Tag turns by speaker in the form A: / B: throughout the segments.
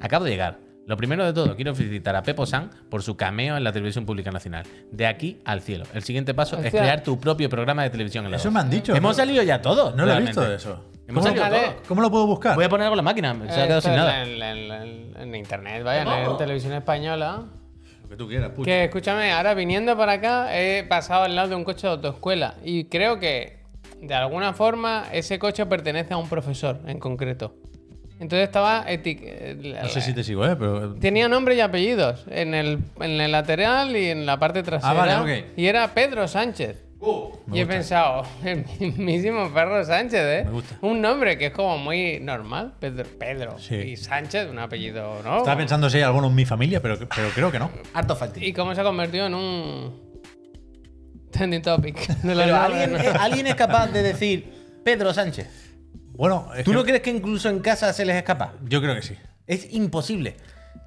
A: Acabo de llegar. Lo primero de todo, quiero felicitar a Pepo San por su cameo en la televisión pública nacional. De aquí al cielo. El siguiente paso es
B: Hostia.
A: crear tu propio programa de televisión en la
C: Eso
A: dos.
C: me han dicho.
A: Hemos
C: No-
A: salido ya todos.
C: No lo he
A: realmente.
C: visto eso.
A: Hemos salido
B: Búscale.
A: todos.
C: ¿Cómo lo puedo buscar?
A: Voy a poner algo en la máquina. Se ha quedado
B: Esto
A: sin
B: es
A: nada.
B: Eh, En, en- en- en internet, vaya, en- en televisión española.
C: Lo que tú quieras, puto.
B: Que escúchame, ahora viniendo para acá he pasado al lado de un coche de autoescuela y creo que de alguna forma ese coche pertenece a un profesor en concreto. Entonces estaba eti- eh, la-
C: No sé si te sigo, ¿eh? Pero.
B: tenía nombre y apellidos en el, en el lateral y en la parte trasera.
C: Ah, vale, ok.
B: Y era Pedro Sánchez.
C: Me
B: y he
C: gusta.
B: pensado, el mismísimo Pedro Sánchez, ¿eh?
C: Me gusta.
B: Un nombre que es como muy normal, Pedro. Pedro.
C: Sí.
B: Y Sánchez, un apellido, ¿no?
C: Estaba pensando si hay alguno en mi familia, pero, pero creo que no.
A: Harto fácil.
B: ¿Y cómo se ha convertido en un trending topic? de los
A: Pero
B: lados
A: ¿alguien,
B: de-
A: eh, alguien es capaz de decir Pedro Sánchez.
C: Bueno, es
A: ¿Tú
C: que-
A: no crees que incluso en casa se les escapa?
C: yo creo que sí.
A: Es imposible.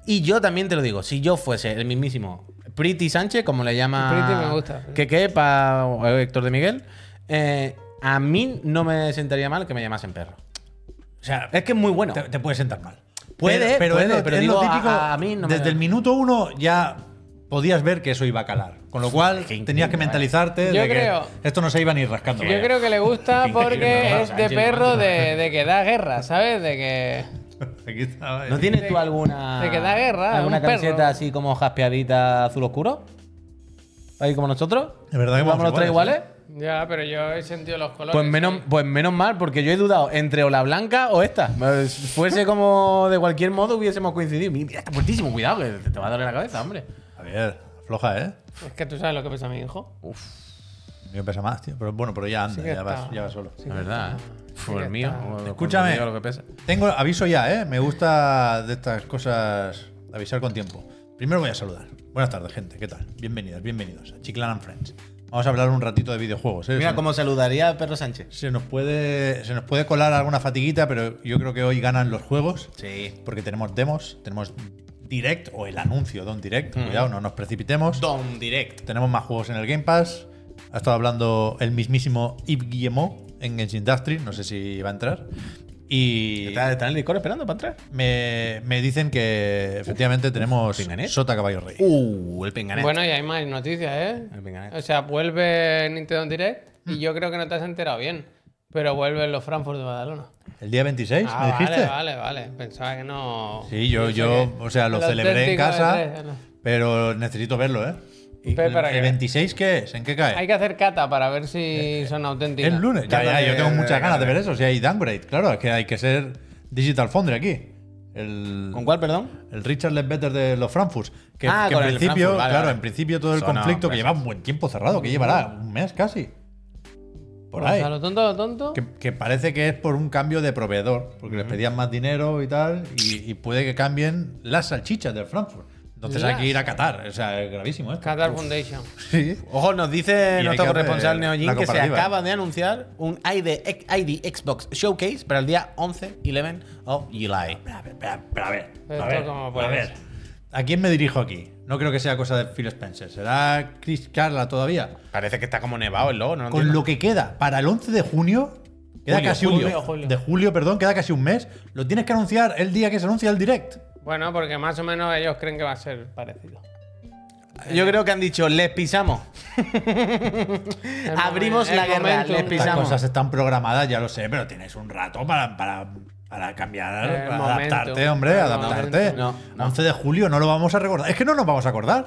A: Y yo también te lo digo, si yo fuese el mismísimo Pretty Sánchez, como le llama
B: Pretty me gusta.
A: Keke pa- o Héctor de Miguel, eh, a mí no me sentaría mal que me llamasen perro.
C: O sea,
A: Es que es muy bueno.
C: te, te puede sentar mal.
A: Puede,
C: Pero- pero
A: puede,
C: es lo,
A: pero
C: es lo
A: digo, a-
C: típico.
A: a- a mí no me-
C: desde el minuto uno ya podías ver que eso iba a calar. Con lo cual
A: Qué
C: tenías
A: increíble, eh.
C: que mentalizarte
B: Yo
C: de
B: creo-
C: que esto no se iba ni rascando.
B: Yo
C: vaya.
B: creo que le gusta
A: Qué increíble, ¿no?
B: porque es de
A: Sánchez,
B: perro
A: macho.
B: de, de que da guerra, ¿sabes? De que.
C: Aquí está, vaya.
A: ¿No tienes tú alguna.
B: de que da guerra,
A: ¿Alguna
B: un perro.
A: camiseta así como jaspeadita azul oscuro? Ahí como nosotros.
C: Es verdad que
A: vamos
C: vamos
A: los tres
C: iguales, ¿eh?
A: iguales.
B: Ya, pero yo he sentido los colores.
A: Pues menos, pues menos mal, porque yo he dudado entre o la blanca o esta. Pues Fuese como de cualquier modo hubiésemos coincidido. Mira, está fuertísimo, cuidado, que te- te va a doler la cabeza, hombre.
C: A ver, floja, ¿eh?
B: Es que tú sabes lo que piensa mi hijo.
C: Me pesa más, tío. Pero bueno, pero ya anda,
B: Sí que
C: ya, vas,
B: está.
C: ya vas solo.
A: La verdad. Fue el mío. o- o-
C: Escúchame.
A: conmigo lo que pesa.
C: Tengo aviso ya, ¿eh? Me gusta de estas cosas avisar con tiempo. Primero voy a saludar. Buenas tardes, gente. ¿Qué tal? Bienvenidas, bienvenidos a Chiclan and Friends. Vamos a hablar un ratito de videojuegos. ¿eh? Se-
A: saludaría a Perro Sánchez.
C: se nos puede se nos puede colar alguna fatiguita, pero yo creo que hoy ganan los juegos
A: Sí.
C: porque tenemos demos, tenemos direct o el anuncio de un direct. Cuidado, no nos precipitemos.
A: Don Direct.
C: Tenemos más juegos en el Game Pass. Ha estado hablando el mismísimo Yves Guillemot en Genshin Industry. No sé si va a entrar. Y
A: ¿Está, está en el Discord esperando para entrar?
C: me, me dicen que efectivamente tenemos
A: Pinganés.
C: Sota Caballo Rey.
A: Uh, el pinganete.
B: Bueno, y hay más noticias, ¿eh?
A: El pinganete.
B: O sea, vuelve Nintendo Direct y yo creo que no te has enterado bien. Pero vuelven los Frankfurt de Badalona.
C: El día 26, ¿Eh? ¿me
B: Ah,
C: dijiste?
B: vale, vale, vale. Pensaba que no.
C: Sí, yo,
B: Pensaba
C: yo,
B: que-
C: o sea, lo
B: el
C: celebré en
B: auténtico
C: casa, Eh.
B: E3, ¿no?
C: pero necesito verlo, ¿eh?
B: Y- Pero, ¿para qué?
C: ¿El 26 qué es? ¿En qué cae?
B: Hay que hacer cata para ver si son auténticas.
C: El Eh, lunes. Ya, ya, yo tengo muchas ganas de ver eso. Si hay downgrade, claro, es que hay que ser Digital Foundry aquí. El,
A: ¿Con cuál, perdón?
C: El Richard Ledbetter de los Frankfurt. Que,
A: Ah,
C: que
A: con
C: en
A: el
C: principio,
A: Frankfurt, vale,
C: claro,
A: vale.
C: en principio todo el
A: Sonó,
C: conflicto que
A: gracias.
C: lleva un buen tiempo cerrado, que llevará un mes casi. Por
B: O
C: ahí.
B: sea, lo tonto, lo tonto.
C: Que, que parece que es por un cambio de proveedor, porque les pedían más dinero y tal, y, y puede que cambien las salchichas del Frankfurt. Entonces hay
B: Las
C: que ir a Qatar, o sea, es gravísimo esto.
B: Qatar Foundation.
C: Sí.
A: Ojo, nos dice
C: hay
A: nuestro
C: que hacer
A: corresponsal
C: la
A: Neojin que se
C: comparativa.
A: acaba de anunciar un ID, ID Xbox Showcase para el día 11, 11 of July.
C: Pero a ver,
B: Esto
C: a ver,
B: cómo
C: a
B: puede
C: ver.
B: ser.
C: ¿A quién me dirijo aquí? No creo que sea cosa de Phil Spencer. ¿Será Chris Carla todavía?
A: Parece que está como nevado el logo, no lo
C: Con
A: entiendo.
C: lo que queda para el 11 de junio, queda
A: Julio,
C: casi un
A: julio,
B: julio.
C: de julio, perdón, queda casi un mes. Lo tienes que anunciar el día que se anuncia el direct.
B: Bueno, porque más o menos ellos creen que va a ser parecido.
A: Yo creo que han dicho, les pisamos. Abrimos
B: momen-
A: la
B: el
A: guerra,
B: momentum.
A: les
C: Las
A: pisamos.
C: cosas están programadas, ya lo sé, pero tienes un rato para, para, para cambiar,
B: El
C: para
B: momento.
C: adaptarte, hombre,
B: El
C: adaptarte.
A: momento. No, no.
C: 11 de julio no lo vamos a recordar. Es que no nos vamos a acordar.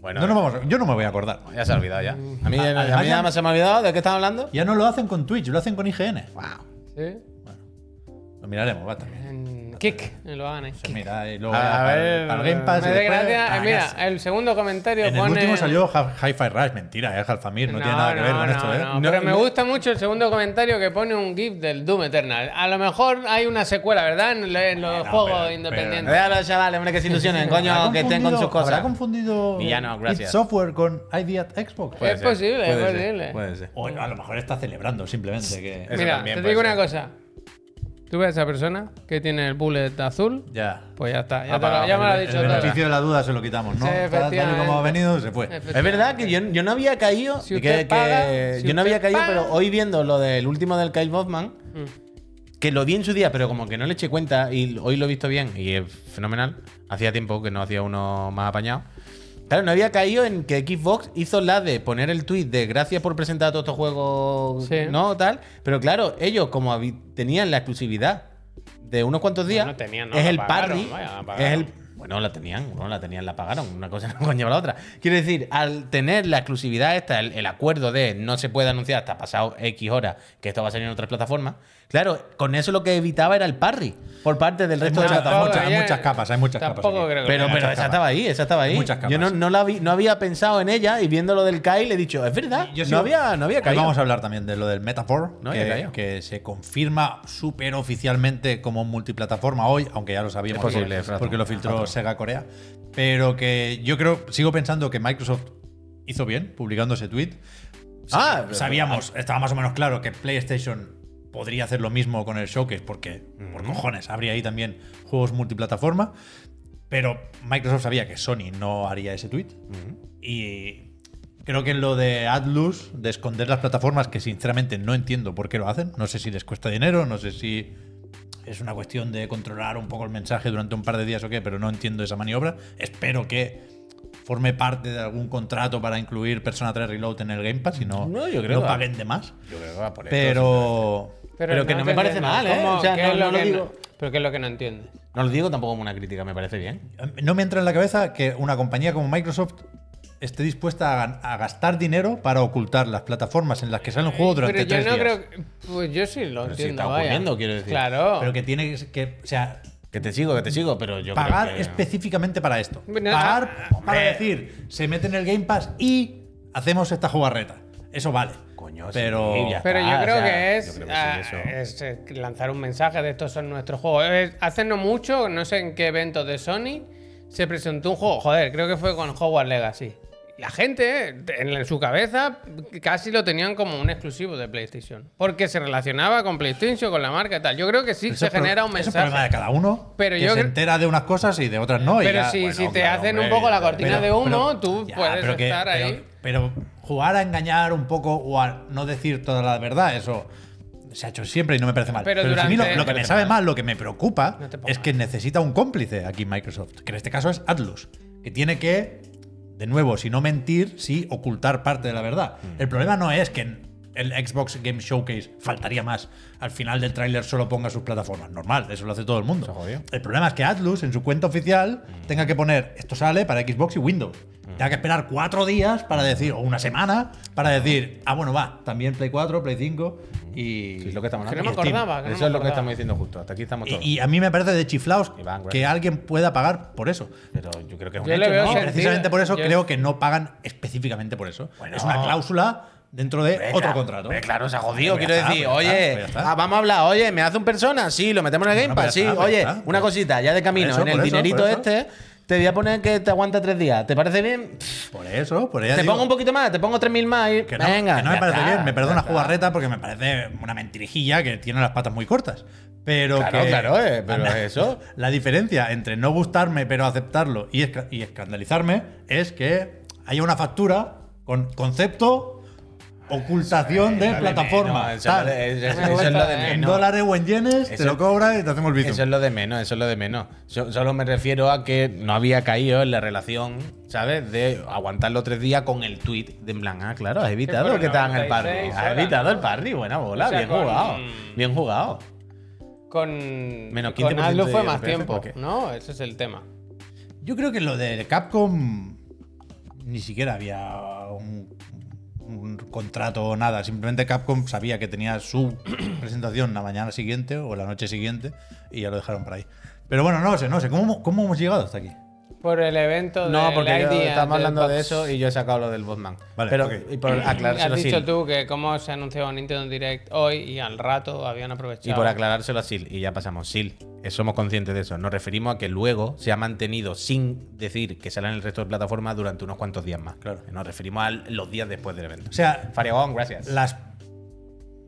A: Bueno, eh.
C: No nos vamos a- yo no me voy a acordar.
A: ya se ha olvidado ya. A mí, a mí
C: Además, ya-
A: nada más se me ha olvidado de qué están hablando.
C: Ya no lo hacen con Twitch, lo hacen con IGN.
A: Wow.
B: ¿Sí?
C: Lo miraremos, va también.
B: En Kick, lo hagan en Kick.
C: Pues Mira, y luego
A: A
C: ya para,
A: ver,
C: para el Game Pass. y
B: Me da
C: después,
B: gracia. eh,
C: para
B: mira,
C: casa.
B: el segundo comentario
C: en el
B: pone.
C: último salió Ha- Hi-Fi Rush, mentira, eh, Halfamir, no, tiene nada que ver
B: no,
C: con
B: no,
C: esto, eh.
B: no,
A: No,
B: pero me
A: no.
B: gusta mucho el segundo comentario que pone un GIF del Doom Eternal. A lo mejor hay una secuela, ¿verdad? En, lo- en los
C: Bueno,
B: juegos
C: pero-
B: independientes.
A: Déjalo, chavales, hombre, que se ilusionen, coño,
C: ¿Habrá
A: que estén con sus
C: confundido-
A: cosas.
C: ¿Habrá confundido
A: Y ya no,
C: id
A: gracias.
C: Software con ID at Xbox?
B: Puede Es ser, posible, puede es ser, posible. puede
A: ser.
C: O a lo mejor está celebrando simplemente que.
A: Eso
B: Mira,
A: también
B: te
A: puede
B: digo
A: ser.
B: una cosa. Tú ves a esa persona que tiene el bullet azul,
C: Ya.
B: pues ya está. Ya, te
A: Apagado.
B: lo, ya me lo ha
C: El
B: dicho todo.
C: beneficio de la duda se lo quitamos, ¿no?
B: Sí,
C: Tal- tal y como ha
B: efectivamente.
C: venido, se fue.
A: Es verdad que yo, yo no había caído.
B: Si
A: que-
B: usted
A: que-
B: paga, Mm. si
A: yo no había
B: usted
A: caído,
B: paga.
A: pero hoy viendo lo del último del Kyle Bosman, que lo vi en su día, pero como que no le eché cuenta y hoy lo he visto bien y es fenomenal. Hacía tiempo que no hacía uno más apañado. Claro, no había caído en que Xbox hizo la de poner el tweet de gracias por presentar todos estos juegos,
B: Sí.
A: ¿no? Tal. Pero claro, ellos como habi- tenían la exclusividad de unos cuantos días,
B: Bueno, tenían, no,
A: es
B: la
A: el
B: pagaron,
A: party,
B: vaya, la
A: es
B: pagaron.
A: el bueno, la tenían, bueno, la tenían, la pagaron. Una cosa no conlleva la otra. Quiero decir, al tener la exclusividad esta, el, el acuerdo de no se puede anunciar hasta pasado X horas que esto va a salir en otras plataformas, claro, con eso lo que evitaba era el parry por parte del resto de
C: mucha-
A: plataformas.
C: muchas- hay muchas capas, hay muchas capas
B: Tampoco
C: aquí.
B: creo que
A: Pero,
B: lo
A: pero
B: hagan.
A: esa estaba ahí, esa estaba ahí.
C: Muchas capas.
A: Yo no, no, la vi- no había pensado en ella y viendo lo del Kai le he dicho, es verdad,
C: Yo
A: no,
C: sigo-
A: había, no había
C: Hoy
A: caído.
C: vamos a hablar también de lo del Metaphor,
A: No había
C: que,
A: caído.
C: que se confirma súper oficialmente como multiplataforma hoy, aunque ya lo sabíamos
A: Es posible,
C: porque-
A: es razón,
C: porque lo
A: es
C: filtró
A: razón.
C: Sega Corea. Pero que yo creo, sigo pensando que Microsoft hizo bien publicando ese tweet.
A: Ah, pero-
C: sabíamos, estaba más o menos claro que PlayStation podría hacer lo mismo con el Showcase, porque por cojones habría ahí también juegos multiplataforma. Pero Microsoft sabía que Sony no haría ese tweet. Y creo que lo de Atlus, de esconder las plataformas, que sinceramente no entiendo por qué lo hacen. No sé si les cuesta dinero, no sé si es una cuestión de controlar un poco el mensaje durante un par de días o qué, pero no entiendo esa maniobra. Espero que forme parte de algún contrato para incluir Persona 3 Reload en el Game Pass y no,
A: No, yo creo
C: no
A: que-
C: paguen de más.
A: Yo creo que va por esto,
C: Pero...
A: Pero que no me
B: te
A: parece
B: entiendo.
A: mal, ¿eh?
B: ¿Cómo?
A: O sea,
B: ¿Qué
A: no-
B: es lo
A: no lo
B: que
A: digo.
B: Pero ¿qué es lo que no entiendes?
A: No lo digo tampoco como una crítica, me parece bien.
C: No me entra en la cabeza que una compañía como Microsoft esté dispuesta a, gan- a gastar dinero para ocultar las plataformas en las que sale un juego durante
B: Pero yo
C: tres
B: no
C: días.
B: creo. que- Pues yo sí lo
A: Pero si
B: entiendo.
A: está
B: vaya.
A: ocurriendo, quiero decir.
B: Claro.
C: Pero que tiene que- que, o sea,
A: Que te sigo, que te sigo, pero yo
C: pagar
A: creo que...
C: específicamente para esto.
B: Bueno,
C: pagar
B: ah,
C: para decir, se mete en el Game Pass y hacemos esta jugarreta. Eso vale.
A: Coño, sí,
C: pero
A: ya.
B: Pero
A: Ah,
B: yo creo
A: o sea,
B: que es,
A: yo creo que
B: ah,
A: sí,
B: es, eh, lanzar un mensaje de estos son nuestros juegos. Es- hace no mucho, no sé en qué evento de Sony, se presentó un juego, joder, creo que fue con Hogwarts Legacy. La gente eh, en, en su cabeza casi lo tenían como un exclusivo de PlayStation, porque se relacionaba con PlayStation, con la marca y tal. Yo creo que sí
C: eso
B: se
C: es pro-
B: genera un
C: eso es
B: mensaje.
C: problema de cada uno.
B: Pero
C: que
B: yo
C: se
B: cre-
C: entera de unas cosas y de otras no. y
B: Pero
C: ya-
B: si,
C: bueno,
B: si te
C: claro,
B: hacen un
C: hombre,
B: poco la
C: evidentemente.
B: cortina de humo, tú
C: ya,
B: puedes
C: pero que-
B: estar
C: pero-
B: ahí.
C: Pero jugar a engañar un poco o a no decir toda la verdad, eso se ha hecho siempre y no me parece mal.
B: Pero
C: si a mí lo,
B: durante-
C: lo que me
B: parece
C: sabe mal, lo que me preocupa,
B: No te pongas.
C: es que necesita un cómplice aquí Microsoft, que en este caso es Atlus, que tiene que, de nuevo, si no mentir, sí ocultar parte de la verdad.
B: Mm.
C: El problema no es que en el Xbox Game Showcase faltaría más. Al final del tráiler solo ponga sus plataformas. Normal, eso lo hace todo el mundo.
A: Se jodió.
C: El problema es que Atlus, en su cuenta oficial, tenga que poner esto sale para Xbox y Windows.
A: Mm.
C: Tenga que esperar cuatro días para decir, o una semana, para decir, ah, bueno, va, también Play 4, Play 5 y.
A: Sí, es lo que estamos
B: Que no
A: hablando.
B: me acordaba. que
A: Eso
B: no me
A: es lo que
B: acordaba.
A: estamos diciendo justo. Hasta aquí estamos todos.
C: Y, y a mí me parece de chiflaos
A: Y Vanguard.
C: que alguien pueda pagar por eso.
A: pero yo creo que es un
B: Yo le
A: hecho,
B: veo
A: ¿no?
C: Y
B: sentido.
C: precisamente por eso
B: Yo-
C: creo que no pagan específicamente por eso. es una cláusula dentro de
A: Hombre,
C: otro
A: claro,
C: contrato.
A: hombre, claro, se ha jodido.
C: Pues ya
A: Quiero
C: está,
A: decir,
C: pues ya está,
A: oye,
C: pues ya está.
A: ah, vamos a hablar. Oye, ¿me hace un persona? Sí, lo metemos en el Game
C: No,
A: Pass.
C: pues
A: Sí,
C: ya está, pues
A: oye,
C: ya está.
A: una cosita, ya de camino.
C: eso,
A: en el
C: por eso,
A: dinerito
C: por eso.
A: este, te voy a poner que te aguanta tres días. ¿Te parece bien?
C: Por eso, por ella
A: te
C: digo
A: pongo un poquito más, te pongo 3.000 más y
C: Que no,
A: venga.
C: que no me
A: ya
C: parece
A: está,
C: bien. Me perdona
A: ya está.
C: jugarreta porque me parece una mentirijilla que tiene las patas muy cortas. Pero
A: Claro,
C: que-
A: claro, eh, pero eso.
C: La diferencia entre no gustarme pero aceptarlo y, esca- y escandalizarme es que haya una factura con concepto ocultación de
A: Eso es lo de
C: plataforma.
A: menos,
C: tal.
A: Eso es lo de- eso- eso
B: Me
A: es lo de
B: gusta, eh.
C: en
A: menos.
C: dólares o en yenes te
A: Eso-
C: lo cobra y te hacemos el bizum.
A: Eso es lo de menos, eso es lo de menos. So- solo me refiero a que no había caído en la relación, ¿sabes? De aguantar los tres días con el tweet de en plan, ah, claro, has evitado
B: fueron
A: que te hagan el parry.
B: 96
A: Has
B: horas,
A: evitado
B: ¿no?
A: el parry, buena bola,
B: O sea,
A: bien
B: con-
A: jugado. Bien jugado.
B: Con,
A: Menos
B: con
A: 15%
B: Atlus fue
A: de
B: más
A: FPS, ¿por
B: tiempo,
A: qué?
B: ¿no? Ese es el tema.
C: Yo creo que lo de Capcom ni siquiera había un, un contrato o nada. Simplemente Capcom sabía que tenía su presentación la mañana siguiente o la noche siguiente y ya lo dejaron para ahí. Pero bueno, no sé, no sé. ¿Cómo, cómo hemos llegado hasta aquí?
B: Por el evento de
A: No, porque yo-
B: estamos
A: estamos hablando de eso y yo he sacado lo del Botman.
C: Vale,
A: Pero
C: ok.
A: y por aclarárselo
B: Has
A: así.
B: dicho tú que cómo se anunció Nintendo Direct hoy y al rato habían aprovechado.
A: Y por aclarárselo a Sil, y ya pasamos. Sil, eh, somos conscientes de eso. Nos referimos a que luego se ha mantenido sin decir que salen el resto de plataformas durante unos cuantos días más.
C: Claro.
A: Nos referimos a los días después del evento.
C: O sea,
A: Fariagón, gracias.
C: las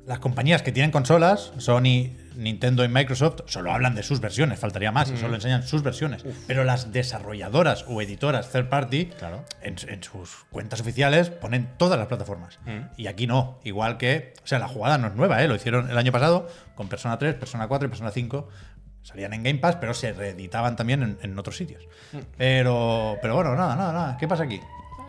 C: las compañías que tienen consolas, Sony, Nintendo y Microsoft, solo hablan de sus versiones, faltaría más, y solo enseñan sus versiones. Pero las desarrolladoras o editoras third party,
A: Claro.
C: en, en sus cuentas oficiales, ponen todas las plataformas.
A: Mm.
C: Y aquí no, igual que, o sea, la jugada no es nueva, ¿eh? lo hicieron el año pasado con Persona 3, Persona 4 y Persona 5. Salían en Game Pass, pero se reeditaban también en, en otros sitios.
A: Mm.
C: Pero, pero bueno, nada, nada, nada. ¿Qué pasa aquí?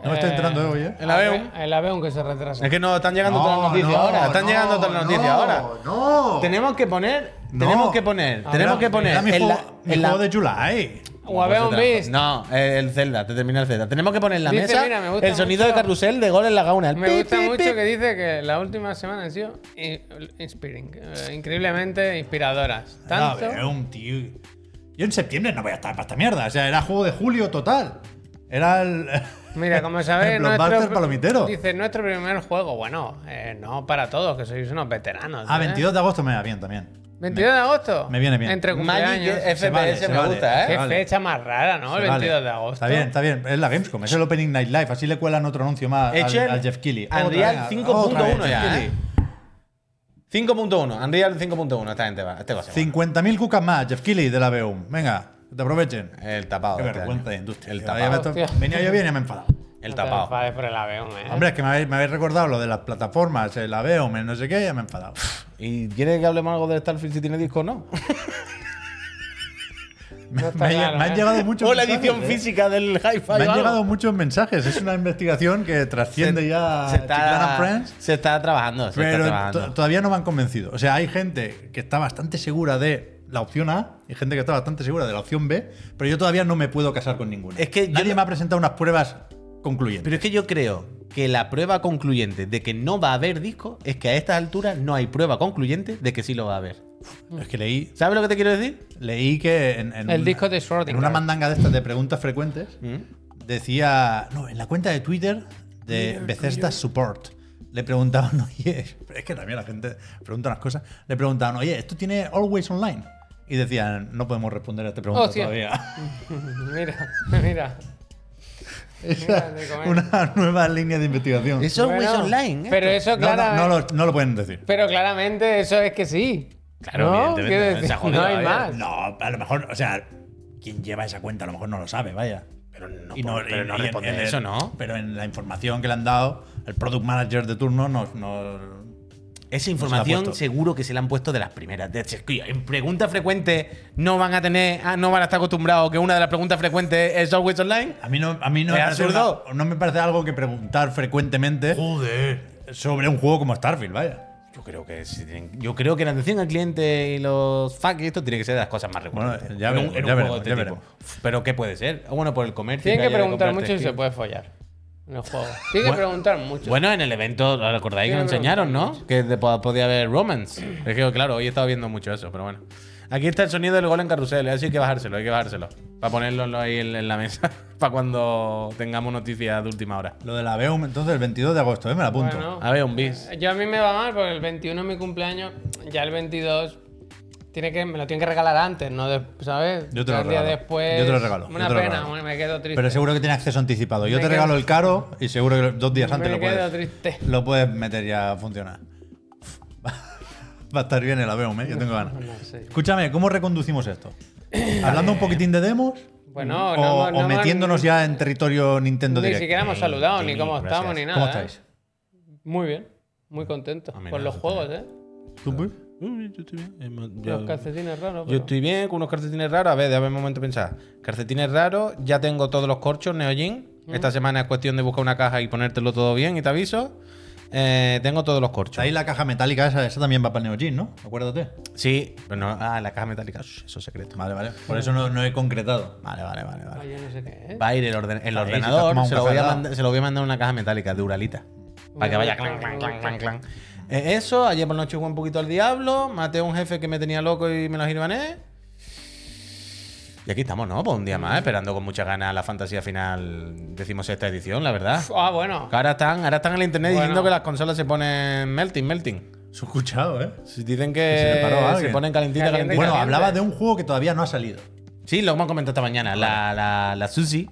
C: No me estoy enterando de hoy, ¿eh?
A: El Aveum.
B: El Aveum que se retrasa.
A: Es que no, están llegando
C: No,
A: todas las noticias
C: no,
A: ahora. Están
C: no,
A: llegando todas las
C: no,
A: noticias ahora.
C: No.
A: Tenemos que poner.
C: No.
A: Tenemos que poner.
B: Ah,
A: tenemos
B: no,
A: que poner.
C: Era mi
A: en
C: juego,
A: la-
C: mi
A: en la- Pues,
C: juego de July.
B: O Aveum Beast.
A: No, el Zelda, te termina el Zelda. Tenemos que poner en la
B: Dice,
A: mesa
B: mira, me gusta
A: el sonido
B: mucho-
A: de carrusel de gol en la gauna. El
B: Me
A: pi,
B: gusta
A: pi,
B: mucho
A: pi.
B: que dice que las últimas semanas han sido in- inspiring, eh, increíblemente inspiradoras. Tanto.
C: No, eh, un tío. Yo en septiembre no voy a estar para esta mierda. O sea, era juego de julio total. Era el.
B: Mira, como sabéis,
C: el blockbuster palomitero.
B: dice nuestro primer juego. Bueno, eh, no para todos, que sois unos veteranos.
C: Ah,
B: ¿eh?
C: 22 de agosto me va bien también.
B: 22 de agosto.
C: me viene bien.
B: Entre
A: Magic
B: cumpleaños.
A: FPS
C: Se vale, se
A: me
C: vale.
A: gusta,
B: Qué
A: ¿eh?
C: Se vale.
B: fecha más rara, ¿no? El
C: Se Pues vale.
B: 22 de agosto.
C: Está bien, está bien. Es la Gamescom, es el Opening Night Live. Así le cuelan otro anuncio más al,
A: Echen
C: al Jeff Keighley. Otra
A: Unreal
C: vez, otra
A: 5.1
C: vez,
A: ya,
C: Jeff
A: ¿eh? 5.1, Unreal 5.1. Esta gente va. Este va a ser
C: Keighley. 50.000 cucas más, Jeff Keighley de la BEUM. Venga, que te aprovechen.
A: bueno. El tapado.
C: Qué
A: de este
C: vergüenza de
A: año.
C: industria.
A: El
C: Ya me
A: tapado.
C: to-
B: Hostia.
C: Venía yo bien y me he enfadado.
A: El
B: No te
A: tapado.
B: enfades por el avión, ¿eh?
C: Hombre, es que me habéis, me habéis recordado lo de las plataformas, eh, el AVEOM, el no sé qué, ya me he enfadado.
A: ¿Y quiere que hablemos algo de Starfield si tiene disco o no?
C: Me,
B: No está
C: me ha-
B: claro,
C: me han
B: ¿eh?
C: llegado muchos
A: o la
C: mensajes,
A: edición
C: ¿eh?
A: física del Hi-Fi.
C: Me
A: o
C: han
A: algo.
C: llegado muchos mensajes. Es una investigación que trasciende ya a
A: se
C: Chiclana
A: está,
C: Friends.
A: se está trabajando. Se
C: Pero
A: está
C: to-
A: trabajando.
C: todavía no me han convencido. O sea, hay gente que está bastante segura de la opción A y gente que está bastante segura de la opción B, pero yo todavía no me puedo casar con ninguna.
A: Es que yo
C: Nadie
A: no-
C: me ha presentado unas pruebas concluyentes.
A: Pero es que yo creo que la prueba concluyente de que no va a haber disco es que a estas alturas no hay prueba concluyente de que sí lo va a haber.
C: es que leí,
A: ¿Sabes lo que te quiero decir?
C: leí que en, en
B: El
C: una-
B: disco de
C: en
B: Schrödinger.
C: una mandanga de estas de preguntas frecuentes,
A: ¿Mm?
C: decía, no, en la cuenta de Twitter de Bethesda Support le preguntaban, oye, es que también la gente pregunta unas cosas, le preguntaban, oye, ¿esto tiene Always Online? Y decían, no podemos responder a esta pregunta
B: Hostia.
C: todavía.
B: Mira, mira.
C: Esa
B: de
C: es
B: comer.
C: una nueva línea de investigación.
A: Eso es Always
B: Bueno,
A: Online. ¿eh?
B: Pero eso,
C: No, no,
B: claramente.
C: no lo, no lo pueden decir.
B: Pero claramente eso es que sí.
A: Claro,
B: ¿No?
A: evidentemente,
B: Quiero
A: se ha
B: decir,
A: jodido
B: no hay
A: todavía.
B: más.
C: No, a lo mejor, o sea, quien lleva esa cuenta a lo mejor no lo sabe, vaya. Pero no,
A: pero no responde
C: en el-
A: eso, ¿no?
C: Pero en la información que le han dado, el product manager de turno nos, nos,
A: Esa
C: No se la ha
A: información
C: puesto.
A: seguro que se la han puesto de las primeras. De hecho, es que en preguntas frecuentes no van a tener, ah, no van a estar acostumbrados que una de las preguntas frecuentes es Always Online.
C: A mí no, a mí no,
A: ¿Es
C: me, parece
A: absurdo?
C: una- no me parece algo que preguntar frecuentemente sobre un juego como Starfield, vaya.
A: Yo creo que sí tienen- yo creo que la atención al cliente y los fuck esto tiene que ser de las cosas más recurrentes.
C: Bueno, ya
A: En un-
C: veremos,
A: en un
C: ya
A: juego
C: veremos,
A: de este
C: ya
A: tipo. Pero qué puede ser? Ah, Bueno, por el comercio.
B: Tienen que
A: haya de este
B: preguntar
A: comprarte
B: mucho si
A: skin.
B: se puede follar en el juego. Tienen que preguntar mucho.
A: Bueno, en el evento, ¿lo recordáis que
B: Tiene
A: nos
B: que
A: enseñaron, no? Que de- po- podía haber romance. Es que, claro, hoy he estado viendo mucho eso, pero bueno. Aquí está el sonido del gol en carrusel, eso hay que bajárselo, hay que bajárselo. Para ponerlo ahí en, en la mesa, para cuando tengamos noticias de última hora.
C: Lo de la BEUM, entonces el 22 de agosto, ¿eh? me la apunto.
B: Bueno.
A: A ver, un bis.
B: Yo a mí me va mal porque el 21 es mi cumpleaños, ya el 22 tiene que, me lo tienen que regalar antes, ¿no? De- ¿Sabes?
C: Yo te lo
B: Un día
C: regalo.
B: después.
C: Yo te lo regalo.
B: Una
C: Yo te lo
B: pena,
C: regalo.
B: bueno, me quedo triste.
C: Pero seguro que tiene acceso anticipado. Yo
B: Me
C: te
B: quedo-
C: regalo el caro y seguro que dos días antes
B: me
C: lo
B: quedo
C: puedes,
B: triste.
C: lo puedes meter ya a funcionar. Va a estar bien el ABEUM, ¿eh? yo tengo ganas.
B: No sé.
C: Escúchame, ¿cómo reconducimos esto? ¿Hablando un poquitín de demos?
B: Bueno,
C: o,
B: no hemos-
C: o
B: no hemos-
C: metiéndonos ya en territorio Nintendo
B: Ni
C: Direct.
B: siquiera hemos
A: Hey,
B: saludado, ni
A: Jimmy,
B: cómo
A: gracias.
B: estamos, ni nada.
C: ¿Cómo
B: ¿eh?
C: estáis?
B: Muy bien, muy contento.
A: A mí
B: Con
A: nada,
B: los
A: yo
B: juegos, ¿eh?
C: ¿Tú, Puy?
A: Yo estoy bien.
B: Los calcetines raros.
A: Yo
B: pero-
A: estoy bien con unos calcetines raros. A ver, déjame un momento pensar. Calcetines raros, ya tengo todos los corchos, Neojin. Esta semana es cuestión de buscar una caja y ponértelo todo bien y te aviso. Eh, tengo todos los
C: Está
A: corchos.
C: ahí la caja metálica esa, esa también va para el Neo Geo, ¿no? Acuérdate.
A: Sí, pero no. Ah, la caja metálica. Shh, eso es secreto.
C: Vale, vale. Por eso no, no he concretado.
A: Vale, vale, vale.
B: Ah,
A: vale.
B: yo no sé qué, ¿eh?
A: Va a ir el, orden- el
C: Ahí, si te has
A: ordenador,
C: tomado un
A: se, lo voy
C: café
A: a
C: al lado.
A: mandar, se lo voy a mandar una caja metálica de Uralita. Para que vaya clan, clan, clan, clan, clan. Eh, eso, ayer por la noche jugué un poquito al diablo. Maté a un jefe que me tenía loco y me lo girbané. Y aquí estamos, ¿no? Pues un día más, esperando con muchas ganas la fantasía final, decimos esta edición, la verdad.
B: Ah, bueno.
A: Ahora están, ahora están en el internet
B: Bueno.
A: diciendo que las consolas se ponen melting, melting.
C: Se ha escuchado, ¿eh?
A: Si Dicen
C: se
A: que
C: le paró a
A: se
C: alguien.
A: ponen calentitas,
B: Caliente,
A: calentitas.
C: Bueno,
B: Exactamente.
C: hablaba de un juego que todavía no ha salido.
A: Sí, lo hemos comentado esta mañana. La, la, la Susi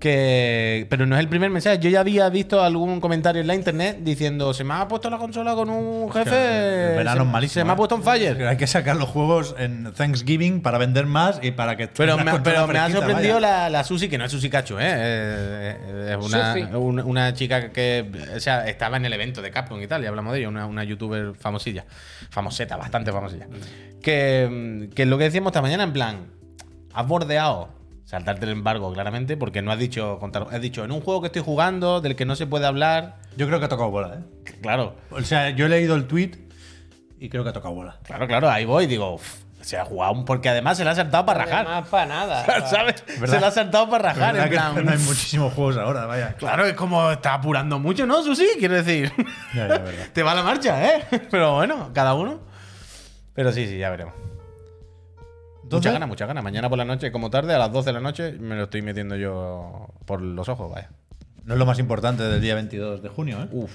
A: que pero no es el primer mensaje. Yo ya había visto algún comentario en la internet diciendo se me ha puesto la consola con un jefe.
C: el verano
A: se,
C: es malísimo,
A: se me
C: ¿eh?
A: ha puesto un fire.
C: Hay que sacar los juegos en Thanksgiving para vender más y para que esté
A: Pero
C: la
A: me, ha-
C: consola
A: pero me ha
C: fresquita,
A: sorprendido
C: vaya.
A: la, la Susi, que no es Susi Cacho, ¿eh? Eh, eh, Es una,
B: Susi.
A: un- una chica que o sea, estaba en el evento de Capcom y tal, ya hablamos de ella, una, una youtuber famosilla, famoseta, bastante famosilla. Que, mm, que es lo que decíamos esta mañana, en plan, has bordeado saltarte el embargo, claramente, porque no has dicho, contar, has dicho, en un juego que estoy jugando, del que no se puede hablar,
C: Yo creo que ha tocado bola, ¿eh?
A: claro,
C: O sea, yo he leído el tweet y creo que ha tocado bola.
A: claro, claro, ahí voy, digo, "Uf, se ha jugado, un- porque además se la ha saltado para rajar.
B: Más para nada.
A: ¿Sabes?
C: verdad.
A: Se la ha saltado para
C: La
A: rajar.
C: verdad
A: En
C: que
A: plan,
C: no hay
A: "Uf".
C: muchísimos juegos ahora, vaya.
A: Claro, es como está apurando mucho, ¿no, Susi? Quiero decir,
C: Ya, ya, verdad.
A: te va la marcha, ¿eh? Pero bueno, cada uno. Pero sí, sí, ya veremos.
C: Entonces,
A: Muchas ganas, muchas ganas. Mañana por la noche, como tarde, a las 12 de la noche, me lo estoy metiendo yo por los ojos, vaya.
C: no es lo más importante del día 22 de junio, ¿eh?
A: Uf.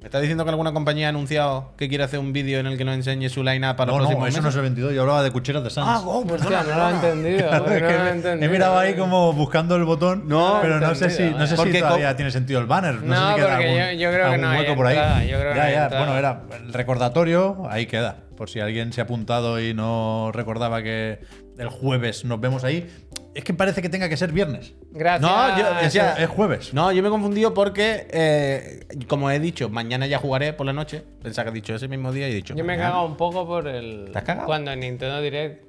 A: ¿Me estás diciendo que alguna compañía ha anunciado que quiere hacer un vídeo en el que nos enseñe su line-up para
C: No,
A: los
C: no,
A: próximos
C: eso no es
A: meses?
C: el 22. Yo hablaba de cucheras de Sans.
A: Ah, oh, perdona,
B: Hostia, Pues no lo he
A: perdona.
B: entendido.
C: Claro,
B: porque
C: es
B: Pues no
C: que
B: lo he
C: he,
B: entendido. eh.
C: mirado ahí como buscando el botón,
A: No,
C: pero no sé
B: entendido,
C: si, no sé
A: eh. Porque
C: si todavía
A: co-
C: tiene sentido el banner. No,
B: No,
C: sé si queda
B: porque
C: algún,
B: yo- yo creo que
C: algún
B: no hay
C: hueco por ahí.
B: entrada, yo creo que
C: ya,
B: no hay
C: ya,
B: entrada.
C: bueno, era el recordatorio, ahí queda. Por si alguien se ha apuntado y no recordaba que el jueves nos vemos ahí. Es que parece que tenga que ser viernes.
B: Gracias.
A: No, yo-
C: Es,
A: Ya.
C: es jueves.
A: No, yo me he confundido porque, eh, como he dicho, mañana ya jugaré por la noche. Pensaba que he dicho ese mismo día y he dicho.
B: Yo me he
A: mañana.
B: cagado un poco por el.
A: ¿Te has cagado?
B: Cuando en Nintendo Direct.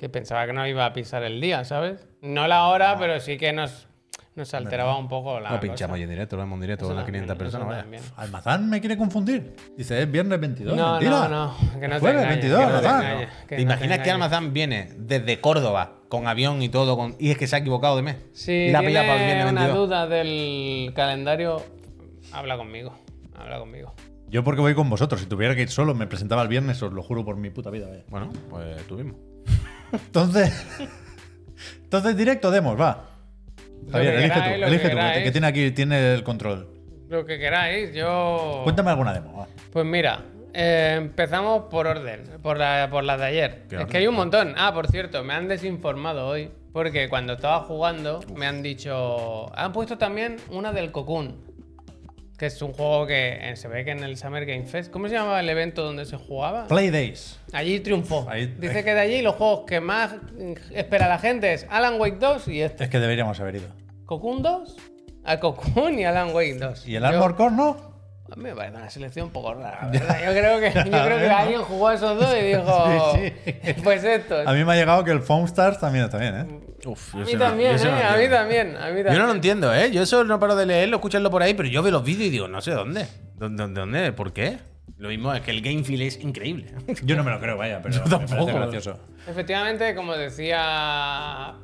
B: Que pensaba que no iba a pisar el día, ¿sabes? No la
A: Ah.
B: hora, pero sí que nos, nos alteraba un poco la.
A: Lo pinchamos
B: cosa.
A: yo en directo, lo vemos en directo
B: Eso
A: con las
B: también,
A: 500
B: eso
A: personas, vaya.
B: también.
C: Almazán me quiere confundir. Dice, es viernes 22.
B: No, no,
C: mentira.
B: no, que no te
C: Jueves
B: engañes,
C: 22,
B: que no te
C: Almazán.
B: engañes.
A: ¿Te
B: Que no
A: imaginas
B: te
A: que
B: engañes.
A: Almazán viene desde Córdoba con avión y todo con- y es que se ha equivocado de mes?
B: Si
A: y la ha pillado para el
B: tiene
A: viernes
B: una
A: 22.
B: duda del calendario, habla conmigo. Habla conmigo.
C: Yo porque voy con vosotros. Si tuviera que ir solo, me presentaba el viernes, os lo juro por mi puta vida. vaya.
A: Bueno, pues tú mismo.
C: Entonces, entonces directo demos, va.
B: Lo
C: Javier,
B: que
C: elige
B: queráis,
C: tú,
B: lo
C: elige
B: que
C: tú,
B: queráis.
C: que, que tiene aquí tiene el control.
B: Lo que queráis, yo.
C: Cuéntame alguna demo, va.
B: Pues mira, eh, empezamos por orden, por la, por la de ayer.
A: ¿Qué
B: es
A: orden?
B: que hay un montón. Ah, por cierto, me han desinformado hoy. Porque cuando estaba jugando me han dicho. Han puesto también una del Cocoon. Que es un juego que eh, se ve que en el Summer Game Fest. ¿Cómo se llamaba el evento donde se jugaba?
C: Play Days.
B: Allí triunfó.
C: Ahí-
B: Dice que de allí los juegos que más mm, espera la gente es Alan Wake 2 y este.
C: Es que deberíamos haber ido.
B: ¿Cocoon 2? A Cocoon y Alan Wake 2.
C: ¿Y el
B: Yo-
C: Armor Core no?
B: a mí me parece una selección un poco rara. la verdad. Yo creo que, yo creo que alguien jugó a esos dos y dijo,
C: Sí, sí.
B: pues esto.
C: A mí me ha llegado que el Foam Stars también está bien,
B: Mm,
C: ¿eh?
A: Uf,
B: A mí también,
A: yo,
B: ¿eh? a mí también, a mí también.
A: no lo entiendo, ¿eh? Yo eso no paro de leerlo, escucharlo por ahí, pero yo veo los vídeos y digo, no sé dónde. ¿Dónde? dónde, dónde? ¿Por qué? Lo mismo es que el game feel es increíble.
C: Yo no me lo creo, vaya, pero me parece
A: tampoco.
C: gracioso.
B: Efectivamente, como decía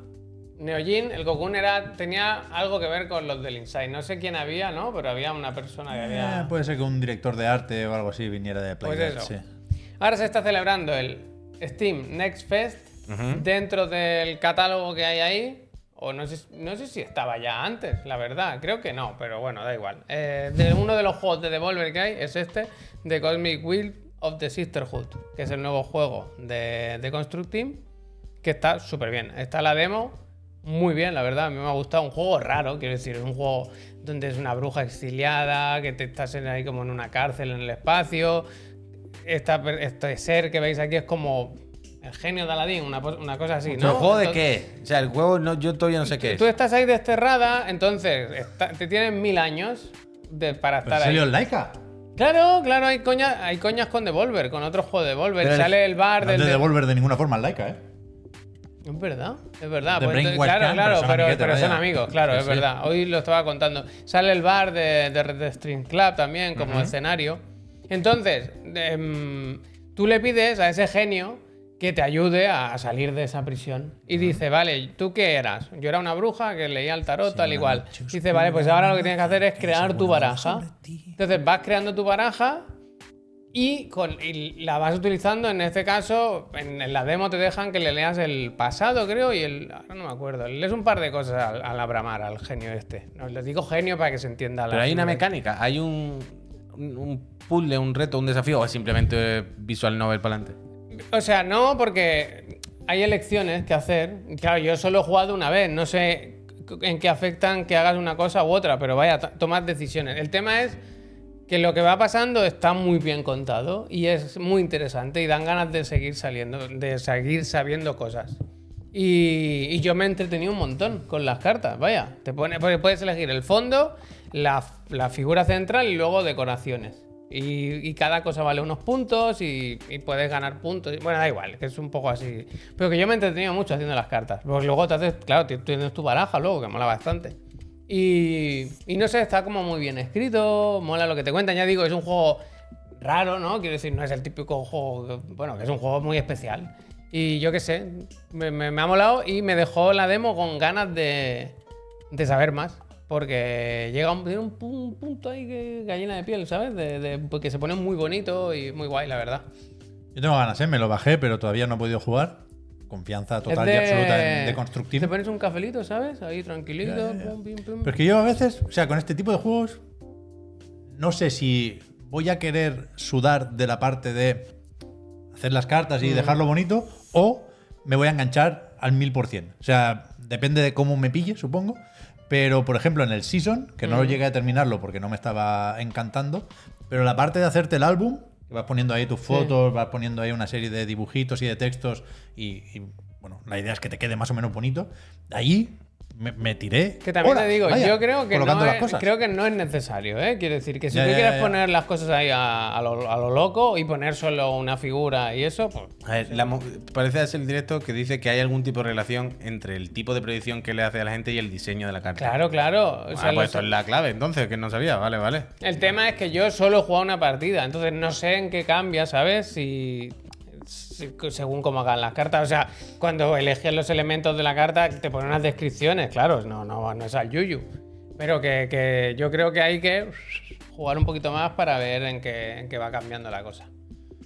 B: Neojin, el Cocoon era, tenía algo que ver con los del Inside. No sé quién había, ¿no? Pero había una persona que había...
C: Eh, puede ser que un director de arte o algo así viniera de Play
B: Pues
C: Days.
B: eso.
C: sí.
B: Ahora se está celebrando el Steam Next Fest dentro del catálogo que hay ahí. O no sé, no sé si estaba ya antes, la verdad. Creo que no, pero bueno, da igual. Eh, de uno de los juegos de Devolver que hay es este, The Cosmic Wheel of the Sisterhood, que es el nuevo juego de, de Construct Team, que está súper bien. Está la demo muy bien, la verdad. A mí me ha gustado. Un juego raro, quiero decir, es un juego donde es una bruja exiliada, que te estás en- ahí como en una cárcel en el espacio, esta per- este ser que veis aquí es como el genio de Aladdin, una, pos- una cosa así, ¿no?
A: ¿El juego de
B: Entonces,
A: qué? O sea, el juego no, yo todavía no sé qué es.
B: Tú estás ahí desterrada, entonces está- te tienen mil años de- para
C: Pero
B: estar ahí.
C: salió el Laika.
B: Claro, claro, hay, coña- hay coñas con Devolver, con otro juego de Devolver.
A: Pero el-
B: Sale el bar
C: No
B: del.
C: te
B: de-
C: devolver de ninguna forma el Laika, ¿eh?
B: Es verdad, es verdad.
C: The
B: pues,
C: Brainwash
B: entonces, claro,
C: Camp,
B: claro,
C: pero
B: pero,
C: son
B: pero son,
C: amiguetes, vaya.
B: amigos, claro,
C: Sí,
B: es
C: sí.
B: verdad. Hoy lo estaba contando. Sale el bar de, de Red Stream Club también como escenario. Entonces, em, tú le pides a ese genio que te ayude a salir de esa prisión. Y dice, vale, ¿tú qué eras? Yo era una bruja que leía el tarot, tal y cual. Dice, vale, pues ahora lo que tienes que hacer es crear tu baraja. Entonces vas creando tu baraja y, con, y la vas utilizando, en este caso, en, en la demo te dejan que le leas el pasado, creo, y el. Ahora no me acuerdo. Lees un par de cosas al, al Abramar, al genio este. No, les digo genio para que se entienda la.
A: Pero hay una
B: figura.
A: mecánica, hay un, un, un puzzle, un reto, un desafío, o es simplemente visual novel para adelante.
B: O sea, no, porque hay elecciones que hacer. Claro, yo solo he jugado una vez, no sé en que afectan que hagas una cosa u otra, pero vaya, to- tomas decisiones. El tema es que lo que va pasando está muy bien contado y es muy interesante y dan ganas de seguir saliendo, de seguir sabiendo cosas. Y, y yo me he entretenido un montón con las cartas, vaya. Te pone, porque puedes elegir el fondo, la, la figura central y luego decoraciones. Y, y cada cosa vale unos puntos y, y puedes ganar puntos. Bueno, da igual, que es un poco así. Pero que yo me he entretenido mucho haciendo las cartas. Porque luego te haces, claro, ti- tienes tu baraja luego, que mola bastante. Y, y no sé, está como muy bien escrito, mola lo que te cuentan. Ya digo, es un juego raro, ¿no? Quiero decir, no es el típico juego, que- bueno, que es un juego muy especial. Y yo qué sé, me, me- me ha molado y me dejó la demo con ganas de, de saber más. Porque llega un, tiene un, pu- un punto ahí que gallina de piel, ¿sabes? De, de- porque se pone muy bonito y muy guay, la verdad.
C: Yo tengo ganas, ¿eh? Me lo bajé, pero todavía no he podido jugar. Confianza total
B: Es
C: y absoluta en de constructivo.
B: Te pones un cafelito, ¿sabes? Ahí tranquilito.
C: Ya, ya, ya.
B: pum, pim, pum.
C: Pero es que yo a veces, o sea, con este tipo de juegos, no sé si voy a querer sudar de la parte de hacer las cartas
B: Mm.
C: y dejarlo bonito, o me voy a enganchar al mil por cien. O sea, depende de cómo me pille, supongo. Pero, por ejemplo, en el Season, que
B: Mm.
C: no llegué a terminarlo porque no me estaba encantando, pero la parte de hacerte el álbum, que vas poniendo ahí tus fotos, vas poniendo ahí una serie de dibujitos y de textos, y, y, bueno, la idea es que te quede más o menos bonito. Ahí me, me tiré.
B: Que también
C: horas,
B: te digo,
C: vaya,
B: yo creo que,
C: colocando
B: no
C: las
B: es,
C: cosas.
B: creo que no es necesario, ¿eh? Quiero decir, que si
C: Ya,
B: tú
C: ya,
B: quieres
C: ya, ya.
B: poner las cosas ahí a, a lo, a lo loco y poner solo una figura y eso, pues...
A: A ver, la mo- parece hacer el directo que dice que hay algún tipo de relación entre el tipo de predicción que le hace a la gente y el diseño de la carta.
B: Claro, claro. o
A: Ah,
B: sea,
A: pues
B: los-
A: esto es la clave, entonces, que no sabía. Vale, vale.
B: El tema es que yo solo he jugado una partida, entonces no sé en qué cambia, ¿sabes? Si, si- según cómo hagan las cartas. O sea, cuando eliges los elementos de la carta, te ponen unas descripciones, claro, no, no, no es al yuyu. Pero que, que yo creo que hay que jugar un poquito más para ver en qué, en qué va cambiando la cosa.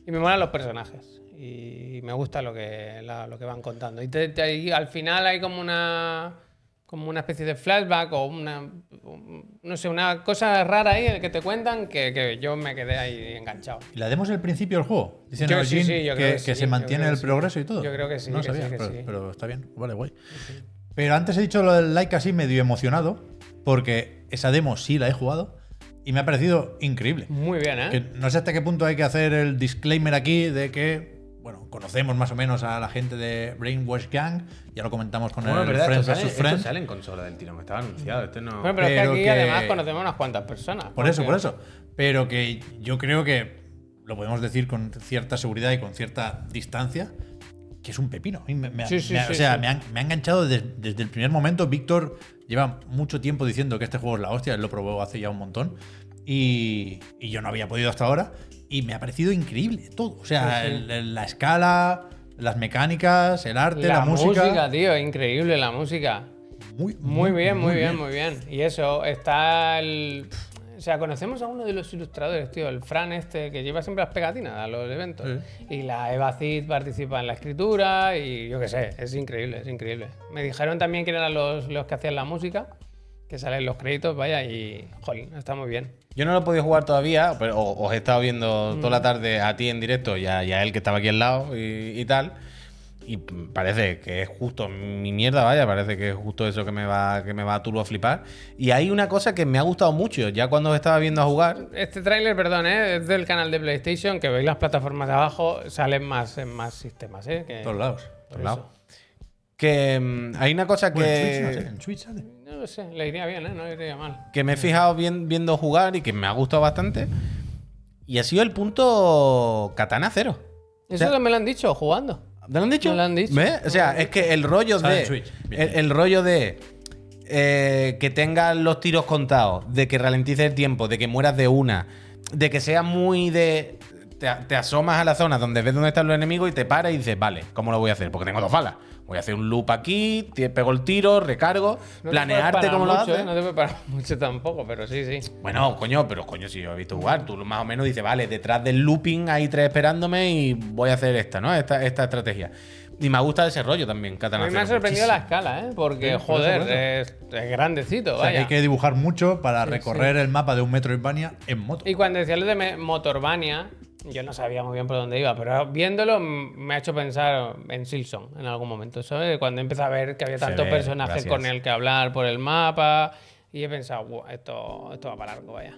B: Y me molan los personajes. Y me gusta lo que, la- lo que van contando. Y, te- te- y al final hay como una. Como una especie de flashback o una. un- No sé, una cosa rara ahí en la que te cuentan que, que yo me quedé ahí enganchado.
C: ¿Y la demos el principio del juego? Dicen
B: Yo-
C: en el
B: sí,
C: Jin
B: sí, yo creo
C: que,
B: que
C: que
B: sí,
C: se
B: yo
C: mantiene
B: creo
C: el
B: que sí.
C: prograbía y todo.
B: Yo creo que sí,
C: No
B: que
C: sabía,
B: sí, que
C: pero,
B: sí.
C: pero está bien, vale, guay. Pero antes he dicho lo del like así medio emocionado, porque esa demo sí la he jugado y me ha parecido increíble.
B: Muy bien, ¿eh?
C: Que no sé hasta qué punto hay que hacer el disclaimer aquí de que, bueno, conocemos más o menos a la gente de Brainwash Gang, ya lo comentamos con el Friends vs. Friends.
A: en consola del tirón, estaba anunciado. Este no.
B: Bueno, pero, es que
C: pero
B: aquí
C: que-
B: además conocemos unas cuantas personas.
C: Por eso,
B: porque-
C: por eso. Pero que yo creo que lo podemos decir con cierta seguridad y con cierta distancia, que es un pepino. Y me- me ha-
B: Sí, sí,
C: me ha-
B: sí,
C: o sea,
B: sí.
C: me, ha, me ha enganchado des- desde, el primer momento. Víctor lleva mucho tiempo diciendo que este juego es la hostia, él lo probó hace ya un montón. Y, y yo no había podido hasta ahora. Y me ha parecido increíble todo. O sea,
B: Sí, sí.
C: el- el- la escala, las mecánicas, el arte, la, música.
B: tío, increíble la música.
C: Muy,
B: Muy bien, muy bien, muy bien. Y eso, está el. O sea, conocemos a uno de los ilustradores, tío, el Fran este, que lleva siempre las pegatinas a los eventos. Y la Eva Cid participa en la escritura y yo qué sé, es increíble, es increíble. Me dijeron también que eran los, los que hacían la música, que salen los créditos, vaya, y jolín, está muy bien.
A: Yo no lo he podido jugar todavía, pero o- os he estado viendo toda
C: Mm.
A: la tarde a ti en directo y a, y a él que estaba aquí al lado y, y tal. Y p- parece que es justo mi mierda, vaya, parece que es justo eso que me va, que me va a turbo flipar. Y hay una cosa que me ha gustado mucho, ya cuando os estaba viendo a jugar.
B: Este tráiler, perdón, ¿eh? es del canal de PlayStation, que veis las plataformas de abajo, salen más, en más sistemas, ¿eh? Que-
C: En todos lados.
A: por lado, que mm, hay una cosa
C: Bueno, en
A: que.
C: Twitch, no sé, en Twitch sale.
B: No lo sé, le iría bien, ¿eh? No le iría mal.
A: que me he fijado bien, viendo jugar y que me ha gustado bastante. Y ha sido el punto Katana cero.
B: Eso
A: O sea-
B: me lo han dicho jugando.
A: ¿Te lo han dicho?
B: Me lo han dicho.
A: ¿Ves? O sea, es que el rollo
C: Sale
A: de.
C: en Switch. Bien.
A: El, el rollo de. eh, que tengas los tiros contados, de que ralentice el tiempo, de que mueras de una, de que sea muy de. Te, te asomas a la zona donde ves dónde están los enemigos y te paras y dices, vale, ¿cómo lo voy a hacer? Porque tengo dos balas. Voy a hacer un loop aquí, te pego el tiro, recargo,
B: No te
A: planearte
B: preparas
A: cómo lo
B: mucho,
A: haces.
B: ¿eh? No te preparas mucho tampoco, pero sí, sí.
A: Bueno, coño, pero coño, si yo he visto jugar, tú más o menos dices, vale, detrás del looping hay tres esperándome y voy a hacer esta, ¿no? Esta, esta estrategia. Y me gusta ese rollo también,
B: A
A: Katana.
B: mí me ha
A: Zero,
B: sorprendido la
A: muchísimo.
B: escala, ¿eh? Porque,
C: Sí, por
B: joder,
C: eso, por
B: Es, es grandecito,
C: O sea, que
B: vaya.
C: hay que dibujar mucho para recorrer el mapa de un metro Metroidvania en moto.
B: Y cuando decía lo de me- Motorvania, Yo no sabía muy bien por dónde iba, pero viéndolo m- me ha hecho pensar en Silson en algún momento, ¿sabes? Cuando empecé a ver que había tantos
C: ve,
B: personajes
C: gracias.
B: con el que hablar por el mapa y he pensado, "Buah, esto, esto va para largo, vaya.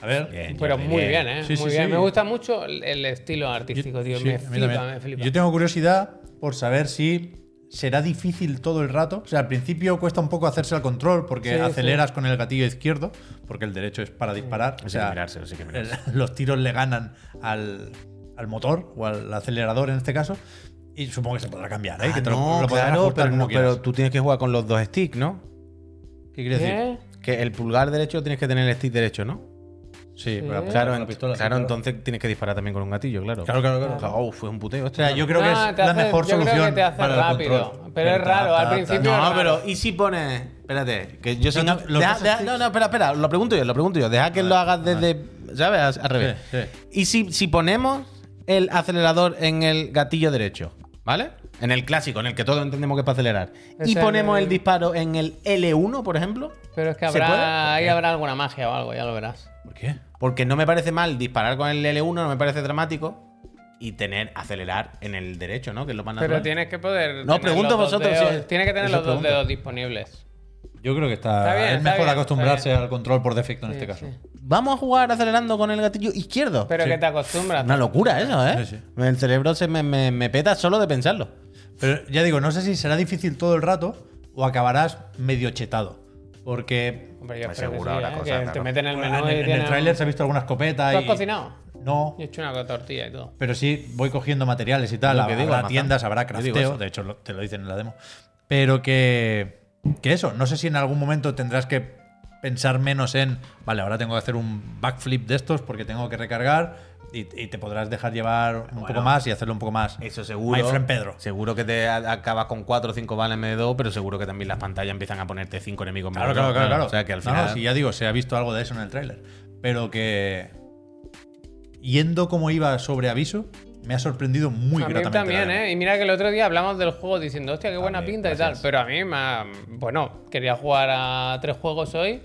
C: A ver.
A: Bien,
B: Pero
A: Jordi,
B: muy bien, ¿eh?
C: Sí, sí,
B: muy bien.
C: sí.
B: Me gusta mucho el el estilo
C: Yo-
B: artístico, tío.
C: sí,
B: me,
C: a mí
B: flipa,
C: también.
B: me flipa,
C: Yo tengo curiosidad por saber si será difícil todo el rato. O sea, al principio cuesta un poco hacerse al control porque
B: Sí,
C: aceleras con el gatillo izquierdo, porque el derecho es para disparar. O
A: Hay
C: sea,
A: que mirárselo, sí que mirárselo.
C: el- los tiros le ganan al, al motor o al acelerador en este caso. Y supongo que se podrá cambiar, ¿eh? que te lo-
A: Ah, no,
C: lo, podrás
A: claro,
C: ajustar
A: pero,
C: como
A: no-
C: quieras.
A: pero tú tienes que jugar con los dos sticks, ¿no?
C: ¿Qué quieres decir?
B: ¿Eh?
A: Que el pulgar derecho tienes que tener el stick derecho, ¿no?
C: Sí,
B: pero
C: pero
A: Claro,
C: con la
A: ent-
C: pistola, sí,
A: claro, entonces tienes que disparar también con un gatillo, claro.
C: Claro, claro, claro.
A: Oh, fue un puteo.
C: O sea, yo creo que
B: Ah,
C: es
B: te
C: la
B: hace-
C: mejor
B: yo creo que
C: solución
B: te hace
C: para el
B: rápido,
C: control.
B: pero es raro, al principio-
A: No,
B: Claro.
A: pero ¿y si pones.? Espérate, que yo sin.
C: No, tú- los
A: deja-
C: dos
A: deja-
C: sticks-
A: no, no, espera, espera, lo pregunto yo, lo pregunto yo. Deja que
C: Vale,
A: lo hagas desde. ¿Sabes? Al revés.
C: Sí, sí.
A: ¿Y si, si ponemos el acelerador en el gatillo derecho? ¿Vale? En el clásico, en el que todos entendemos que es para acelerar. y
B: Ese
A: ponemos
B: el-
A: el disparo en el L1, por ejemplo.
B: Pero es que
A: ¿Se puede?
B: habrá, ahí habrá alguna magia o algo, ya lo verás.
C: ¿Por qué?
A: Porque no me parece mal disparar con el L1, no me parece dramático. Y tener acelerar en el derecho, ¿no? Que es lo más
B: Pero
A: natural.
B: tienes que poder.
A: No,
B: tener
A: pregunto
B: los dos
A: vosotros si-
B: dedos- tienes que tener
A: eso
B: los dos
A: pregunto.
B: dedos disponibles.
C: Yo creo que está,
B: Está bien,
C: es
B: está
C: mejor
B: bien,
C: acostumbrarse
B: está
C: al control por defecto en
B: Sí,
C: este caso.
B: sí.
A: Vamos a jugar acelerando con el gatillo izquierdo.
B: Pero que te acostumbras.
A: Una locura eso, ¿eh?
C: Sí, sí.
A: El cerebro se me, me- me peta solo de pensarlo.
C: Pero ya digo, no sé si será difícil todo el rato o acabarás medio chetado. Porque
B: Hombre, yo
A: Me
B: espero que
A: asegura
B: sí,
A: una
B: ¿eh?
A: cosa,
B: que te
A: claro.
B: meten en el menú
C: en,
B: y
C: el- en
B: tienen-
C: el tráiler se ha visto alguna escopeta
B: ¿Tú has
C: y-
B: cocinado?
C: No,
B: Yo he hecho una tortilla y todo.
C: pero sí voy cogiendo materiales y tal.
A: Lo que
C: Habrá
A: digo, Amazon.
C: tiendas, habrá
A: Yo digo
C: crafteo.
A: eso.
C: De hecho, lo- te lo dicen en la demo. Pero que, que eso, no sé si en algún momento tendrás que pensar menos en, vale, ahora tengo que hacer un backflip de estos porque tengo que recargar y, y te podrás dejar llevar un poco más y hacerlo un poco más.
A: Eso seguro.
C: My friend Pedro.
A: Seguro que te a- acabas con 4 o 5 balas en vez de 2, pero seguro que también las pantallas empiezan a ponerte 5 enemigos en
C: Claro,
A: vez de
C: claro,
A: dos,
C: claro, claro.
A: O sea que al
C: No,
A: final.
C: No, sí, ya digo, se ha visto algo de eso en el tráiler. Pero que. Yendo como iba sobre aviso, me ha sorprendido muy
B: a mí
C: gratamente.
B: también, ¿eh? Y mira que el otro día hablamos del juego diciendo, hostia, qué buena
C: También,
B: pinta y tal.
C: gracias.
B: Pero a mí me ha- Bueno, quería jugar a tres juegos hoy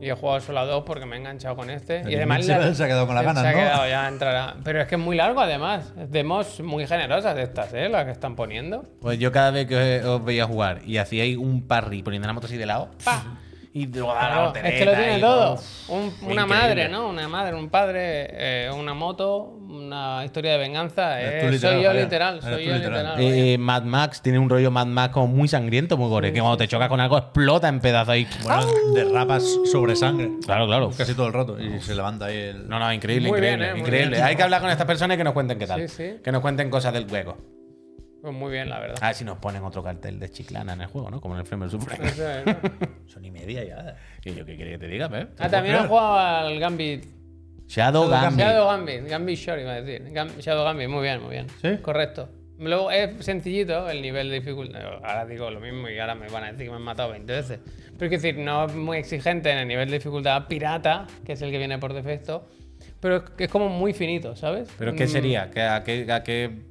B: y he jugado solo a dos porque me he enganchado con este.
C: El
B: y además...
C: Invincible se ha quedado con las ganas,
B: Se ha
C: ¿no?
B: quedado, ya entrará. Pero es que es muy largo además. Demos muy generosas estas, ¿eh? Las que están poniendo.
A: Pues yo cada vez que os, os veía jugar y hacíais un parry poniendo la moto así de lado. ¡pa! Y luego da Ah, la
B: Claro,
A: voltereta
B: es que lo tiene
A: y
B: todo.
A: todo.
B: Un-
A: fue
B: una
A: increíble.
B: madre, ¿no? Una madre, un padre, eh, una moto, una historia de venganza.
C: Eres
B: eh,
C: tú literal,
B: soy yo
C: Javier.
B: literal,
C: Eres
B: soy
C: tú
B: yo
C: literal.
B: literal. vaya.
A: Eh, Mad Max tiene un rollo Mad Max como muy sangriento, muy gore. que cuando te chocas con algo explota en pedazos ahí.
C: Bueno, derrapas sobre sangre.
A: Claro, claro.
C: Casi todo el rato. Y se levanta ahí el.
A: No, no, increíble,
B: Muy bien,
A: increíble.
B: eh, muy
A: increíble.
B: bien.
A: Hay que hablar con estas personas y que nos cuenten qué tal.
B: Sí, sí.
A: Que nos cuenten cosas del juego.
B: Pues muy bien, la verdad.
C: Ah.
A: A ver si nos ponen otro cartel de chiclana en el juego, ¿no? Como en el Frame
B: No
A: Supreme.
B: sé, ¿no?
C: Son y media ya.
A: y yo qué quería que te diga, ¿eh?
B: Ah, también han jugado al Gambit.
A: Shadow Gambit.
B: Shadow Gambit, Gambit Short iba a decir. Gam- Shadow Gambit, muy bien, muy bien.
C: ¿Sí?
B: Correcto. Luego es sencillito el nivel de dificultad. Ahora digo lo mismo y ahora me van a decir que me han matado 20 veces. Pero es decir, no es muy exigente en el nivel de dificultad pirata, que es el que viene por defecto. Pero es que es como muy finito, ¿sabes?
A: ¿Pero qué
B: Mm, Eh.
A: sería? ¿Qué- a, qué, a qué-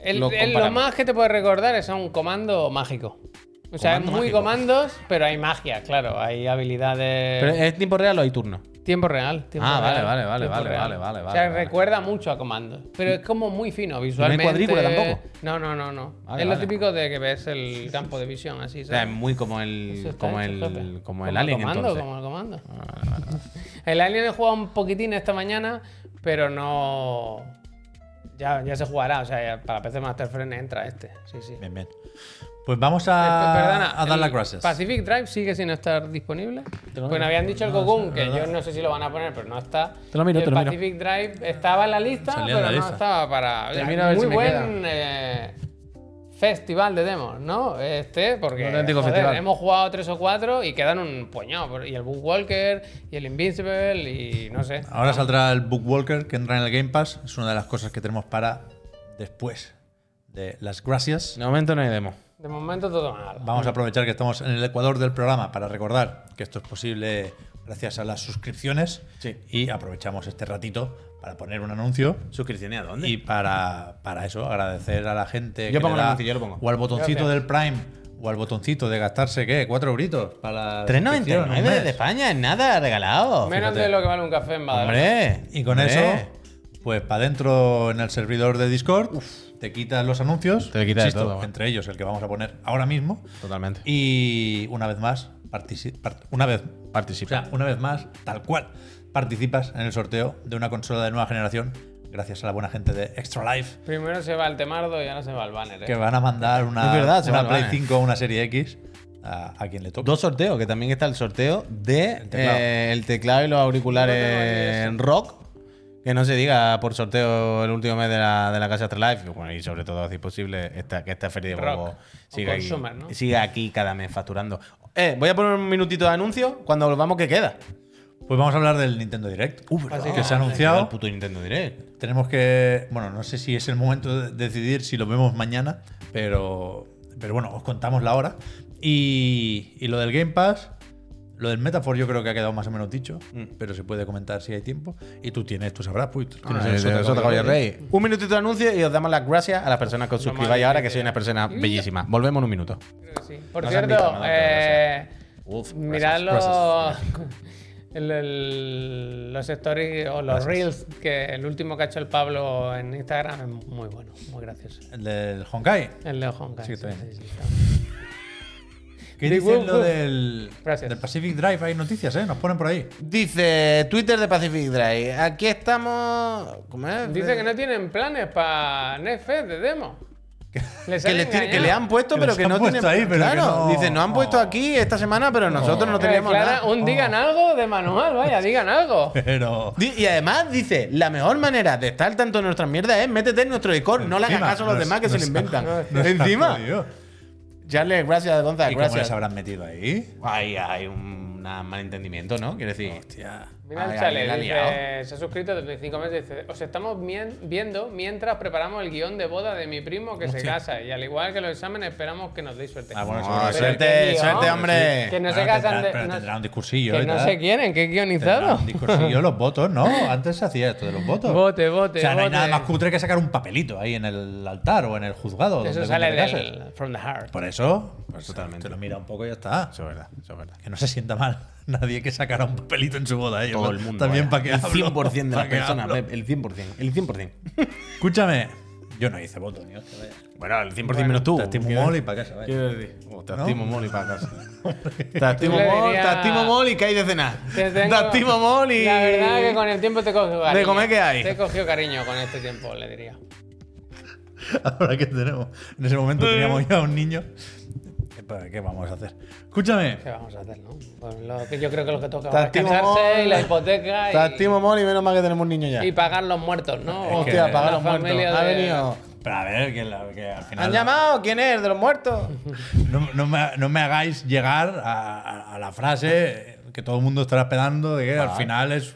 B: el-
A: lo
B: el- lo
A: comparamos?
B: más que te puedes recordar es a un comando mágico. O sea, es
A: Comando
B: muy
A: mágico.
B: comandos, pero hay magia, claro. Hay habilidades.
A: ¿Pero ¿Es tiempo real o hay turno?
B: Tiempo real. Tiempo
A: Ah, vale,
B: real,
A: vale, vale,
B: tiempo
A: vale,
B: real.
A: vale, vale,
B: O sea,
A: vale.
B: recuerda mucho a Comando. Pero es como muy fino visualmente.
A: cuadrícula tampoco?
B: No, no, no, no.
A: Vale,
B: es lo
A: vale.
B: típico de que ves el campo de visión así,
A: O sea, es
B: ¿sabes?
A: muy como
B: Eso
A: el.
B: está
A: Como
B: hecho, jefe.
A: el. Como el
B: Como
A: Alien,
B: comando,
A: entonces. Ah,
B: Como el comando. El Alien he jugado un poquitín esta mañana, pero no... Ya, ya se jugará, o sea, ya para PC Master Friend entra este, sí, sí.
C: Bien, bien. Pues vamos
B: Eh,
A: Ah,
C: a,
B: Perdona,
C: a dar
B: el
C: las gracias.
B: Pacific Drive sigue sin estar disponible.
A: lo
B: Bueno,
A: miro.
B: habían dicho el
C: No,
B: Cocoon,
C: sí,
B: que yo
C: verdad.
B: no sé si lo van a poner, pero no está.
A: Te lo miro,
B: el
A: te lo miro.
B: Pacific Drive estaba en la lista,
C: Salía en
B: pero
C: la
B: no
C: lista.
B: estaba para.
A: Te miro a ver
B: muy
A: si me
B: buen eh, festival de demos, ¿no? Este, porque
A: Un auténtico festival.
B: hemos jugado tres o cuatro y quedan un puñado. por- Y el Bookwalker, y el Invincible, y no sé.
C: Ahora saldrá el Bookwalker que entra en el Game Pass. Es una de las cosas que tenemos para después de las gracias.
A: De momento no hay demo.
B: De momento todo mal.
C: Vamos a aprovechar que estamos en el ecuador del programa para recordar que esto es posible gracias a las suscripciones
A: Sí.
C: y aprovechamos este ratito para poner un anuncio
A: ¿Suscripciones a dónde?
C: y para, para eso agradecer a la gente
A: Yo
C: que
A: pongo
C: le
A: el
C: da
A: anuncio, yo lo pongo.
C: o al botoncito
B: Gracias.
C: del Prime o al botoncito de gastarse ¿qué? 4 euritos para la suscripción,
A: 3.99
C: un mes.
A: desde España, es nada regalado.
B: Menos
C: fíjate.
B: de lo que vale un café en Badalona.
A: Hombre.
C: y con
A: hombre.
C: eso Pues para adentro en el servidor de Discord, te quitas los anuncios,
A: Te quita de todo, ¿eh? vamos.
C: entre ellos el que vamos a poner ahora mismo,
A: Totalmente.
C: y una vez más, partici- par- una vez, o
A: Participa.
C: sea, una vez más, tal cual, participas en el sorteo de una consola de nueva generación, gracias a la buena gente de Extra Life,
B: Primero se va el temardo y ahora se va el banner. ¿eh?
C: que van a mandar una,
A: Es verdad, se
C: una
A: van a
C: Play
A: ganar.
C: 5 o una Serie X a, a quien le toque.
A: Dos sorteos, que también está el sorteo de eh, el
C: teclado.
A: teclado, y los auriculares
B: No
A: en rock. Que no se diga por sorteo el último mes de la, de la casa Astralife. que Bueno, y sobre todo, si es posible, esta, que esta feria de
B: Rock.
A: juegos
B: O
A: siga aquí,
B: consumer, ¿no?
A: siga aquí cada mes facturando. Eh, voy a poner un minutito de anuncio. Cuando volvamos, ¿qué queda?
C: Pues vamos a hablar del Nintendo Direct,
A: Ah,
B: verdad.
C: que se ha
A: Queda El
C: anunciado.
A: puto Nintendo Direct.
C: Tenemos que. Bueno, no sé si es el momento de decidir si lo vemos mañana, pero. Pero bueno, os contamos la hora. Y, y lo del Game Pass, lo del Metaphor, yo creo que ha quedado más o menos dicho,
A: Mm.
C: pero se puede comentar si hay tiempo. Y tú tienes, tú sabrás, pues. tú tienes el
A: Eh,
C: Sota
A: de Sota
C: Caballo
A: Caballo Rey. Un minutito de anuncio y os damos las gracias a las personas que os
B: Lo malo
A: suscribáis
B: que
A: ahora,
B: te
A: que soy
B: queda.
A: una persona bellísima. Volvemos en un minuto.
B: Creo que sí. Por
A: No se han
B: cierto,
A: visto, me da
B: eh,
A: Uf,
B: mirad
A: gracias,
B: los,
A: gracias.
B: el- el- los stories o los reels, que el último que ha hecho el Pablo en Instagram es muy bueno, muy gracioso.
C: El del Honkai.
B: El de Honkai.
C: Sí, está bien.
B: está.
C: ¿Qué
B: Big
C: dices
B: Wolf.
C: lo del,
B: Gracias.
C: del Pacific Drive? Hay noticias, ¿eh? Nos ponen por ahí.
A: Dice Twitter de Pacific Drive. Aquí estamos. ¿Cómo es?
B: Dice que no tienen planes para Netfest de demo. Les
A: Que
B: han
A: les tiene- que
B: engañado.
A: le han puesto,
C: Que
A: pero
C: les
A: que
C: han
A: no tienen.
C: puesto ahí, pero que
A: claro,
C: no.
A: dice, nos han puesto aquí esta semana, pero nosotros no
B: Eh,
A: teníamos
B: Clara,
A: nada. Oh.
B: Un digan algo de manual, vaya, digan algo.
C: Pero.
A: Di- Y además dice, la mejor manera de estar al tanto de nuestras mierdas es métete en nuestro Discord, no le hagas
C: Encima,
A: caso a los
C: nos-
A: demás que se lo
C: nos-
A: inventan.
C: nos han
A: Encima,
C: jodido.
A: Charles, gracias, Gonzalo,
C: ¿Y cómo les
A: gracias.
C: habrán metido ahí?
A: Ay, hay un una malentendimiento, ¿no? Quiero decir,
C: Hostia.
B: Mira
A: Ay,
B: el
A: alguien
B: chale,
A: la ha
B: dice,
A: liado.
B: se ha suscrito 35 meses, dice, os estamos mien- viendo mientras preparamos el guión de boda de mi primo que se
C: Hostia.
B: casa y al igual que los exámenes esperamos que nos deis suerte.
C: Ah, bueno,
A: No,
C: seguro que sí.
A: suerte,
B: Pero qué lío.
A: suerte,
B: Que
A: hombre.
B: no
C: Bueno,
B: se casan
C: tendrán-
B: de-
C: Pero
B: no-
C: tendrán un discursillo.
B: que
C: y
B: no
C: tal.
B: se quieren, qué
C: Tendrán
B: guionizado.
C: un discursillo, los votos, ¿no? Antes se hacía esto de los votos.
B: Vote, vote,
C: O sea, no hay
B: vote.
C: nada más cutre que sacar un papelito ahí en el altar o en el juzgado.
B: Eso
C: donde
B: sale
C: te cases.
B: del From the Heart.
C: Por eso, pues,
A: Totalmente.
C: te lo mira un poco y ya está.
A: Eso es verdad, eso es verdad.
C: Que no se sienta mal nadie que sacara un papelito en su boda. ¿eh?
A: Todo el mundo. vaya.
C: También para que
A: El
C: hablo?
A: 100% de
C: ¿Pa'
A: las
C: qué
A: personas,
C: hablo?
A: Pep, el 100%, el 100%.
C: Escúchame, yo no hice voto, ni hostia, vaya.
A: Bueno, el 100% menos tú.
C: Te estimo
A: Quiero-
C: mol y para casa, vaya.
A: Quiero decir. Oh, te
C: ¿No?
A: estimo mol y para casa. Te estimo
B: Yo le
A: mol,
B: diría-
A: te estimo mol y que hay de cenar.
B: Te
A: Te,
B: tengo-
A: estimo mol y.
B: La verdad que con el tiempo te cogió cariño.
A: ¿De comer qué hay?
B: Te cogió cariño con este tiempo, le diría.
C: Ahora que tenemos. En ese momento teníamos ya un niño. ¿Para ¿Qué vamos a hacer? Escúchame.
B: ¿Qué vamos a hacer, no? Pues lo que yo creo que lo que toca
A: Te
B: ahora es
A: estimo,
B: casarse
A: amor.
B: y la hipoteca
A: Te
B: y,
A: estimo mol y menos mal que tenemos un niño ya.
B: y pagar los muertos, ¿no?
C: que-
A: Hostia, pagar
B: La
A: los muertos.
B: familia
A: Ha
B: de-
A: venido.
C: Pero a ver, que, la- que al final.
A: ¿Han llamado? ¿Quién es? ¿De los muertos?
C: No, no me, no me hagáis llegar a, a- a la frase que todo el mundo estará esperando de que al final es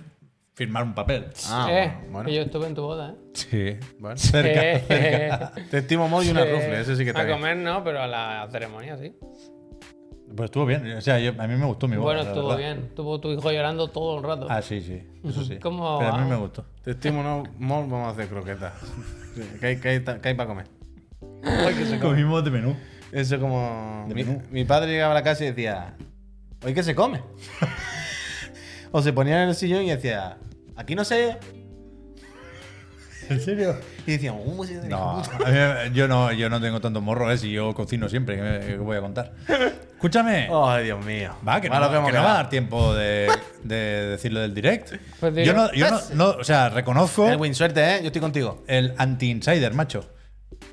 C: firmar un papel.
A: Ah,
B: eh,
A: bueno.
B: que yo estuve en tu boda, ¿eh?
C: Sí.
A: bueno.
C: Cerca,
B: Eh,
C: cerca.
A: Te estimo mol y una
B: eh,
A: rufle, eso sí que
B: A
A: está bien.
B: comer no, pero a la ceremonia sí.
C: Pues estuvo bien. O sea, yo- a mí me gustó mi boda.
B: bueno,
C: la
B: estuvo
C: verdad.
B: bien. Estuvo tu hijo llorando todo el rato.
C: Ah, sí, sí. Eso sí.
B: ¿Cómo
C: Pero a mí
B: va?
C: me gustó.
A: Te estimo no- mol, vamos a hacer croquetas. ¿Qué hay, qué hay, ta- qué hay para comer? Ay, que se come.
C: Comimos de menú.
A: Eso como.
C: De
A: Mi,
C: menú.
A: mi padre llegaba a la casa y decía, ¿hoy qué se come? o se ponía en el sillón y decía, aquí no sé.
C: ¿En serio?
A: Y decía, "Uh, pues ¿cómo se
C: No, a mí- yo no, yo no tengo tanto morro, ¿eh? Si yo cocino siempre, ¿qué, me- qué voy a contar? Escúchame.
A: Ay, Dios mío.
C: Va, que no,
A: Oh. Malo
C: que
A: hemos
C: no va a
A: quedado.
C: dar tiempo de, de decirlo del direct.
B: Pues
C: yo no,
B: direct.
C: yo no- no- o sea, reconozco
A: Elwin, suerte, ¿eh? Yo estoy contigo.
C: el anti-insider, macho.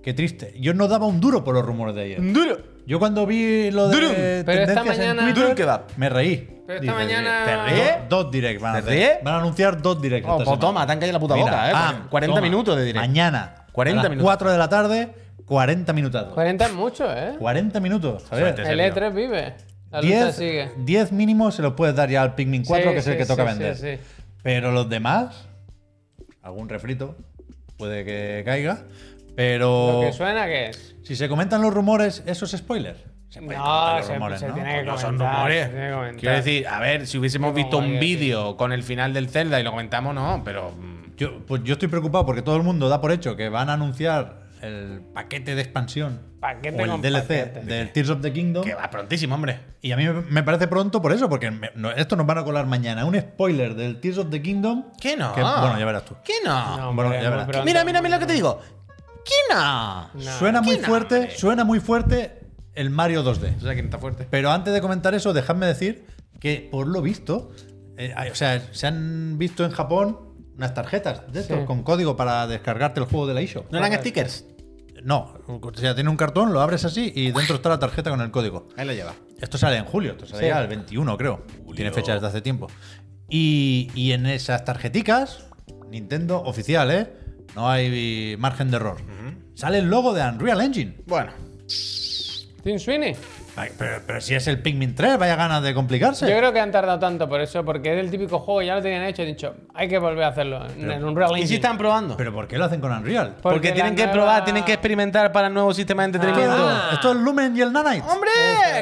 C: Qué triste. Yo no daba un duro por los rumores de ayer.
A: Duro.
C: Yo cuando vi lo de
A: Duro.
B: Pero esta
C: tendencias en
B: mañana-
C: Twitter,
A: Duro kebab.
C: me reí.
B: pero esta
A: dices,
B: mañana.
A: ¿te
C: Do-
A: ríes? ¿Eh?
C: Dos direct van a
A: ¿Te
C: hacer.
A: ríes?
C: Van a anunciar dos direct.
A: Oh,
C: esta
A: pues
C: semana.
A: toma, te han caído la puta
C: Mira,
A: boca, ¿eh?
C: pam,
A: 40
C: toma.
A: minutos de direct.
C: Mañana.
A: 40
C: a las
A: minutos.
C: 4 de la tarde, 40 minutazos.
B: 40 es mucho, ¿eh?
C: 40 minutos,
A: Suerte,
B: El
C: ¿sabes?
B: E3 vive. La lucha
C: 10,
B: sigue.
C: 10 mínimos se los puedes dar ya al Pikmin 4,
B: Sí,
C: que es el
B: sí,
C: que toca
B: sí,
C: vender.
B: sí, sí.
C: Pero los demás, algún refrito puede que caiga.
B: Lo
C: Pero
B: que suena que es.
C: si se comentan los rumores, eso es spoiler. Se pueden comentar
B: No,
C: los
B: se,
C: rumores,
B: se
C: ¿no?
B: tiene que
A: No
B: comentar.
A: son rumores.
B: se tiene que comentar.
A: Quiero decir, a ver, si hubiésemos visto
B: vaya,
A: un
B: tío.
A: vídeo con el final del Zelda y lo comentamos, no, pero. mm,
C: Yo, pues yo estoy preocupado porque todo el mundo da por hecho que van a anunciar el paquete de expansión
B: Paquete
C: o el
B: con
C: DLC
B: paquete.
C: del Tears of the Kingdom.
A: Que va prontísimo, hombre.
C: Y a mí me- me parece pronto por eso, porque me- no- esto nos van a colar mañana. Un spoiler del Tears of the Kingdom.
A: ¿Qué no?
C: Que- bueno, ya verás tú.
A: ¿Qué no?
B: No,
C: Bueno,
B: hombre,
C: ya
B: muy
C: verás.
B: pronto.
A: Mira, mira, mira lo que te digo. ¿Qué no?
B: No.
C: suena muy
A: ¿Qué
C: fuerte,
A: nombre?
C: suena muy fuerte el Mario 2D.
A: O sea, que no está fuerte.
C: Pero antes de comentar eso, dejadme decir que por lo visto, eh, hay- o sea, se han visto en Japón unas tarjetas de estos
B: Sí.
C: con código para descargarte el juego de la eShop.
A: ¿No eran stickers?
C: No, o sea, tiene un cartón, lo abres así y dentro está la tarjeta con el código.
A: Ahí lo lleva.
C: Esto sale en julio, esto sale
B: Sí.
C: ya el 21, creo. Tiene fecha desde hace tiempo. Y, y en esas tarjeticas, Nintendo oficial, ¿eh? No hay margen de error. Sale el logo de Unreal Engine.
A: Bueno.
B: Tim Sweeney.
C: Ay, Pero, pero si es el Pikmin 3, vaya ganas de complicarse.
B: Yo creo que han tardado tanto por eso, porque es el típico juego, ya lo tenían hecho, he dicho, hay que volver a hacerlo en- en Unreal
A: ¿Y
B: Engine.
A: si están probando?
C: ¿Pero por qué lo hacen con Unreal?
B: Por-
A: porque
B: porque
A: tienen
B: la
A: que
B: nueva-
A: probar, tienen que experimentar para el nuevo sistema de entretenimiento. Ah,
B: Ah.
C: Esto es el Lumen y el Nanite.
A: ¡Hombre!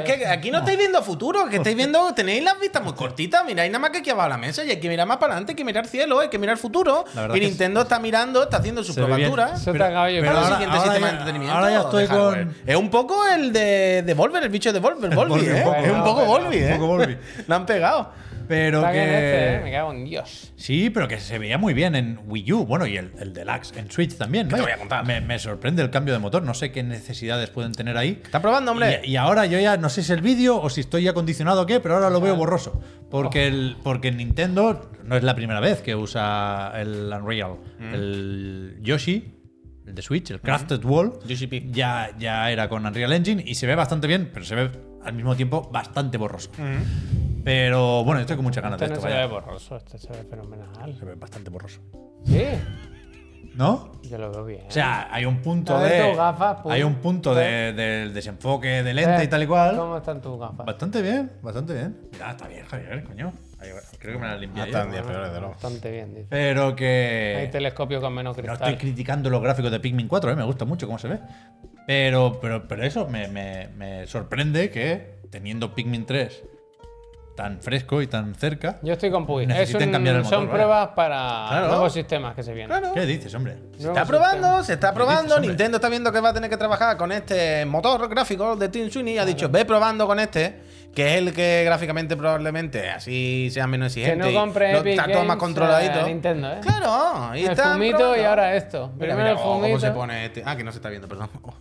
A: Que aquí no estáis viendo futuro, que estáis viendo, tenéis las vistas muy cortitas, miráis nada más que aquí abajo de la mesa y hay que mirar más para adelante, hay que mirar el cielo, hay que mirar el futuro.
C: La verdad
A: Y
C: que
A: Nintendo está mirando, está haciendo su
C: Se ve bien.
A: probatura.
B: Eso está caballo.
C: pero
A: Para el
C: ahora-
A: siguiente sistema
C: ya-
A: de entretenimiento.
C: ahora ya estoy
A: de hardware.
C: con-
A: Es un poco el de, de Volver, el bicho de Volver, Volvi,
C: Volvi, un
A: ¿eh?
C: poco,
A: es un
B: ¿no?
A: poco
B: Pero-
A: Volvi, ¿eh?
C: un poco Volvi.
A: Lo han pegado.
C: Pero
B: Está
C: que.
B: bien este, ¿eh? Me cago en Dios.
C: Sí, pero que se veía muy bien en Wii U, bueno, y el, el Deluxe en Switch también.
A: te
C: vaya.
A: voy a contar?
C: Me, me sorprende el cambio de motor, no sé qué necesidades pueden tener ahí.
A: Está probando, hombre.
C: Y, y ahora yo ya no sé si es el vídeo o si estoy acondicionado o qué, pero ahora lo
A: Ah.
C: veo borroso. Porque,
A: Oh.
C: el, porque Nintendo no es la primera vez que usa el Unreal.
A: Mm.
C: El Yoshi, el de Switch, el Crafted Wall,
A: Yoshi P.
C: ya, ya era con Unreal Engine y se ve bastante bien, pero se ve al mismo tiempo bastante borroso.
A: Mm.
C: Pero bueno, estoy con muchas ganas de
B: Este no
C: esto.
B: se
C: vaya.
B: ve borroso, este se ve fenomenal.
C: Se ve bastante borroso.
B: Sí,
C: ¿No?
B: yo lo veo bien.
C: O sea, hay un punto
B: A ver
C: de.
B: tus gafas, pum.
C: hay un punto de- del desenfoque de lente
B: Eh,
C: y tal y cual.
B: ¿Cómo están tus gafas?
C: Bastante bien, bastante bien. Mira, está bien, Javier, coño. Ahí va. Creo que me la limpié.
A: Ah, está
C: ayer.
A: bien. peores, de luego. Eh,
B: Bastante bien, dice.
C: Pero
B: Hay
C: que.
B: telescopio con menos
C: No estoy
B: cristal.
C: criticando los gráficos de Pikmin 4, eh, me gusta mucho cómo se ve. Pero, pero, pero eso me, me- me sorprende que teniendo Pikmin 3 tan fresco y tan cerca.
B: Yo estoy con Puy. Es
C: Necesiten
B: un-
C: cambiar el motor,
B: son
C: vaya.
B: pruebas para
A: Claro.
B: nuevos sistemas que se vienen.
A: Claro.
C: ¿Qué dices, hombre?
A: Se está
B: Nuevo
A: probando,
B: sistema.
A: se está
C: dices,
A: probando.
C: hombre?
A: Nintendo está viendo que va a tener que trabajar con este motor gráfico de Team Sweeney. Ha dicho, ve probando con este, que es el que gráficamente probablemente así sea menos
B: Que
A: exigente.
B: no
A: y
B: compre
A: lo-
B: Epic
A: Está todo más
B: Games,
A: controladito.
B: eh, Nintendo, ¿eh?
A: Claro, y
B: El
A: está
B: fumito
A: probando.
B: y ahora esto.
A: Mira,
B: Primero
A: mira,
B: el
A: oh, cómo se
B: fumito.
A: pone este. Ah, que no se está viendo, perdón. Oh,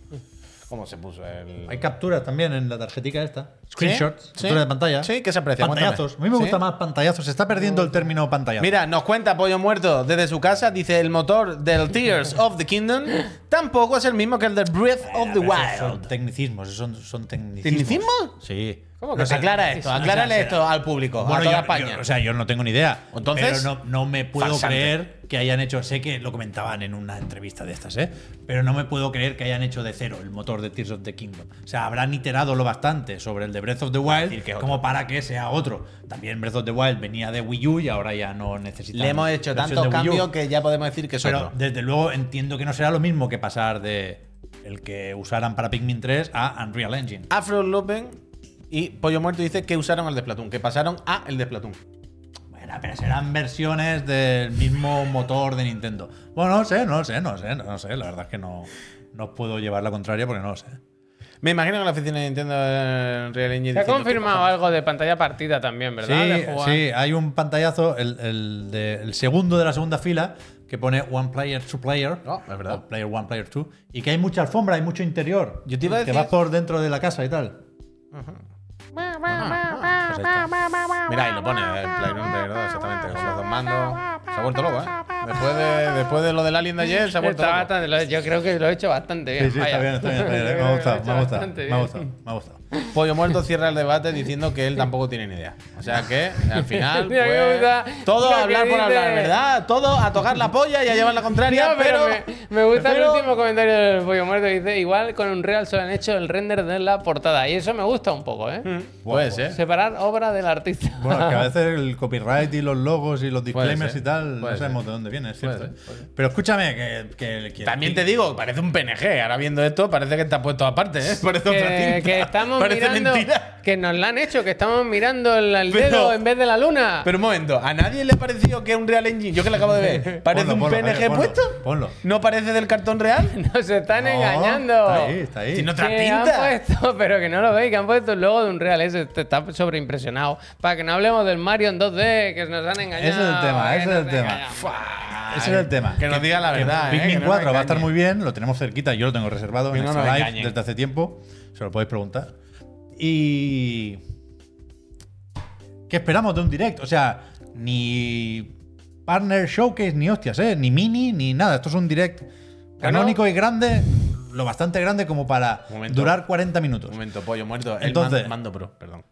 A: ¿Cómo se puso el.
C: Hay capturas también en la tarjetica esta. Screenshots,
A: ¿Sí?
C: capturas de pantalla.
A: Sí, que se aprecia.
C: Pantallazos. A
A: Cuéntame.
C: mí me
A: ¿Sí?
C: gusta más pantallazos. Se está perdiendo el término pantallazo.
A: Mira, nos cuenta Pollo Muerto desde su casa, dice el motor del Tears of the Kingdom tampoco es el mismo que el de Breath of the
C: Pero esos
A: Wild.
C: Son tecnicismos, esos son, son tecnicismos.
A: ¿Tecnicismo?
C: Sí.
B: ¿Cómo que
A: Nos
B: se-
A: aclara esto, aclárale esto al público, a
C: Bueno,
A: toda
C: yo-
A: España.
C: yo- o sea, yo no tengo ni idea.
A: Entonces,
C: pero no, no me puedo
A: farsante.
C: creer que hayan hecho. Sé que lo comentaban en una entrevista de estas, ¿eh? Pero no me puedo creer que hayan hecho de cero el motor de Tears of the Kingdom. O sea, habrán iterado lo bastante sobre el de Breath of the Wild
A: decir que es otro.
C: como para que sea otro. También Breath of the Wild venía de Wii U y ahora ya no necesitamos.
A: Le hemos hecho tantos
C: versión de Wii U.
A: cambios que ya podemos decir que es
C: Pero
A: otro.
C: desde luego entiendo que no será lo mismo que pasar de el que usaran para Pikmin 3 a Unreal Engine.
A: Afro López y Pollo Muerto dice que usaron el de Splatoon, que pasaron a el de Splatoon.
C: Bueno, pero serán versiones del mismo motor de Nintendo. Bueno, no sé, no sé, no sé, no sé. La verdad es que no, no puedo llevar la contraria porque no lo sé.
A: Me imagino que la oficina de Nintendo eh, Real Engine
B: Se ha
A: diciendo,
B: confirmado algo de pantalla partida también, ¿verdad?
C: Sí,
B: De jugar.
C: sí, hay un pantallazo, el, el de- el segundo de la segunda fila, que pone One Player, Two Player.
A: No, es verdad.
C: O Player One, Player Two. Y que hay mucha alfombra, hay mucho interior.
A: Yo te iba a
C: Que
A: decir-
C: vas por dentro de la casa y tal.
A: Pues ahí está. Mira, y lo pone eh, el Playroom de verdad, exactamente, con los dos mandos. Se ha vuelto loco, ¿eh? Después de, después de lo del Alien de ayer, se ha vuelto
B: Está
A: loco.
B: bastante- lo- yo creo que lo he hecho bastante bien.
C: Sí, sí, está
B: vaya.
C: bien, está bien, está bien, Me ha
B: Yo creo que lo he
C: gustado,
B: hecho
C: me ha gustado,
B: bastante
C: me ha
B: bien.
C: gustado, me ha gustado.
A: Pollo Muerto cierra el debate diciendo que él tampoco tiene ni idea. O sea que, al final,
B: Mira, me
A: pues,
B: gusta
A: todo a
B: lo que
A: hablar por
B: dice.
A: hablar, ¿verdad? Todo a tocar la polla y a llevar la contraria,
B: No, pero,
A: pero...
B: me, me gusta
A: pero-
B: el último comentario del pollo muerto que dice, igual con un real solo han hecho el render de la portada. Y eso me gusta un poco, ¿eh?
A: Puede ser.
B: Separar obra del artista.
C: Bueno, que a veces el copyright y los logos y los disclaimers
A: ser,
C: y tal,
A: puede
C: no sabemos
A: ser.
C: de dónde viene, es cierto.
A: Puede
C: ¿eh?
A: ser, puede ser.
C: Pero escúchame, que, que- que-
A: También te digo, parece un PNG. Ahora viendo esto, parece que está puesto aparte, ¿eh? Parece otra
B: que,
A: tinta.
B: que estamos estamos
A: Parece
B: mirando.
A: mentira.
B: Que nos la han hecho, que estamos mirando el, el
A: Pero-
B: dedo en vez de la luna.
A: Pero un momento, ¿a nadie le pareció que es un Real Engine? Yo que lo acabo de ver. ¿Parece
C: Ponlo,
A: un
C: ponlo,
A: PNG
C: Javier, ponlo,
A: puesto?
C: ponlo.
A: ¿No parece del cartón real?
B: nos están
C: No,
B: engañando.
C: Está ahí, está ahí.
A: Si no- otra
B: Que
A: pinta.
B: han puesto, pero que no lo veis, que han puesto el logo de un real ese, te está sobreimpresionado. Para que no hablemos del Mario en 2D, que nos han engañado.
C: Ese es el tema,
B: que
C: ese
B: nos
C: es el tema.
B: engañan.
C: Ese es el tema.
A: Que nos diga la verdad.
C: Pikmin
A: eh, que no nos
C: 4 va a estar
A: engañe.
C: muy bien, lo tenemos cerquita, yo lo tengo reservado
A: Que
C: en
A: no
C: Extra
A: nos
C: Life
A: engañen.
C: desde hace tiempo, se lo podéis preguntar. Y. ¿Qué esperamos de un direct? O sea, ni Partner Showcase, ni hostias, ¿eh? ni Mini, ni nada. Esto es un direct canónico y grande, lo bastante grande como para
A: Momento.
C: durar 40
A: Un
C: minutos.
A: momento, pollo muerto.
C: Entonces-
A: el man- mando pro, perdón.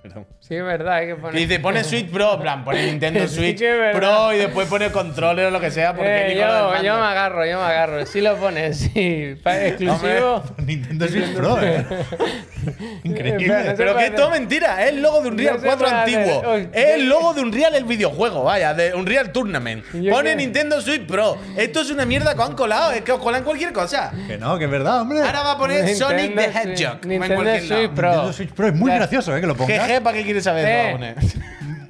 A: Perdón.
B: Sí, es verdad, hay que poner.
A: Y dice, pone Switch Pro, en plan, pone Nintendo
B: Sí
A: Switch
B: que es verdad.
A: Pro y después pone controller o lo que sea, porque
B: Eh,
A: ni con lo del
B: yo,
A: mando.
B: yo me agarro, yo me agarro. Sí lo pones, sí. Pa- Exclusivo.
C: Nintendo Switch Pro, ¿eh?
B: Espera, no
C: Increíble.
B: se
A: Pero que
B: puede
A: es todo
B: hacer.
A: mentira, es el logo de Unreal
B: No se
A: 4
B: puede hacer.
A: antiguo.
B: Uy,
A: Es el
B: yo-
A: logo de Unreal el videojuego, vaya, de Unreal Tournament.
B: Yo
A: Pone
B: qué-
A: Nintendo Switch Pro. Esto es una mierda que han colado, es que os colan cualquier cosa.
C: Que no, que es verdad, hombre.
A: Ahora va a poner Sonic
B: Nintendo
A: the
B: Switch-
A: Hedgehog. va en
B: Nintendo
A: cualquier lado.
B: Switch Pro. Eh.
C: Nintendo Switch Pro es muy
B: Ya.
C: gracioso, ¿eh? Que lo pongas.
A: Jeje, ¿para qué quieres saber?
B: Sí.
A: Lo va a poner.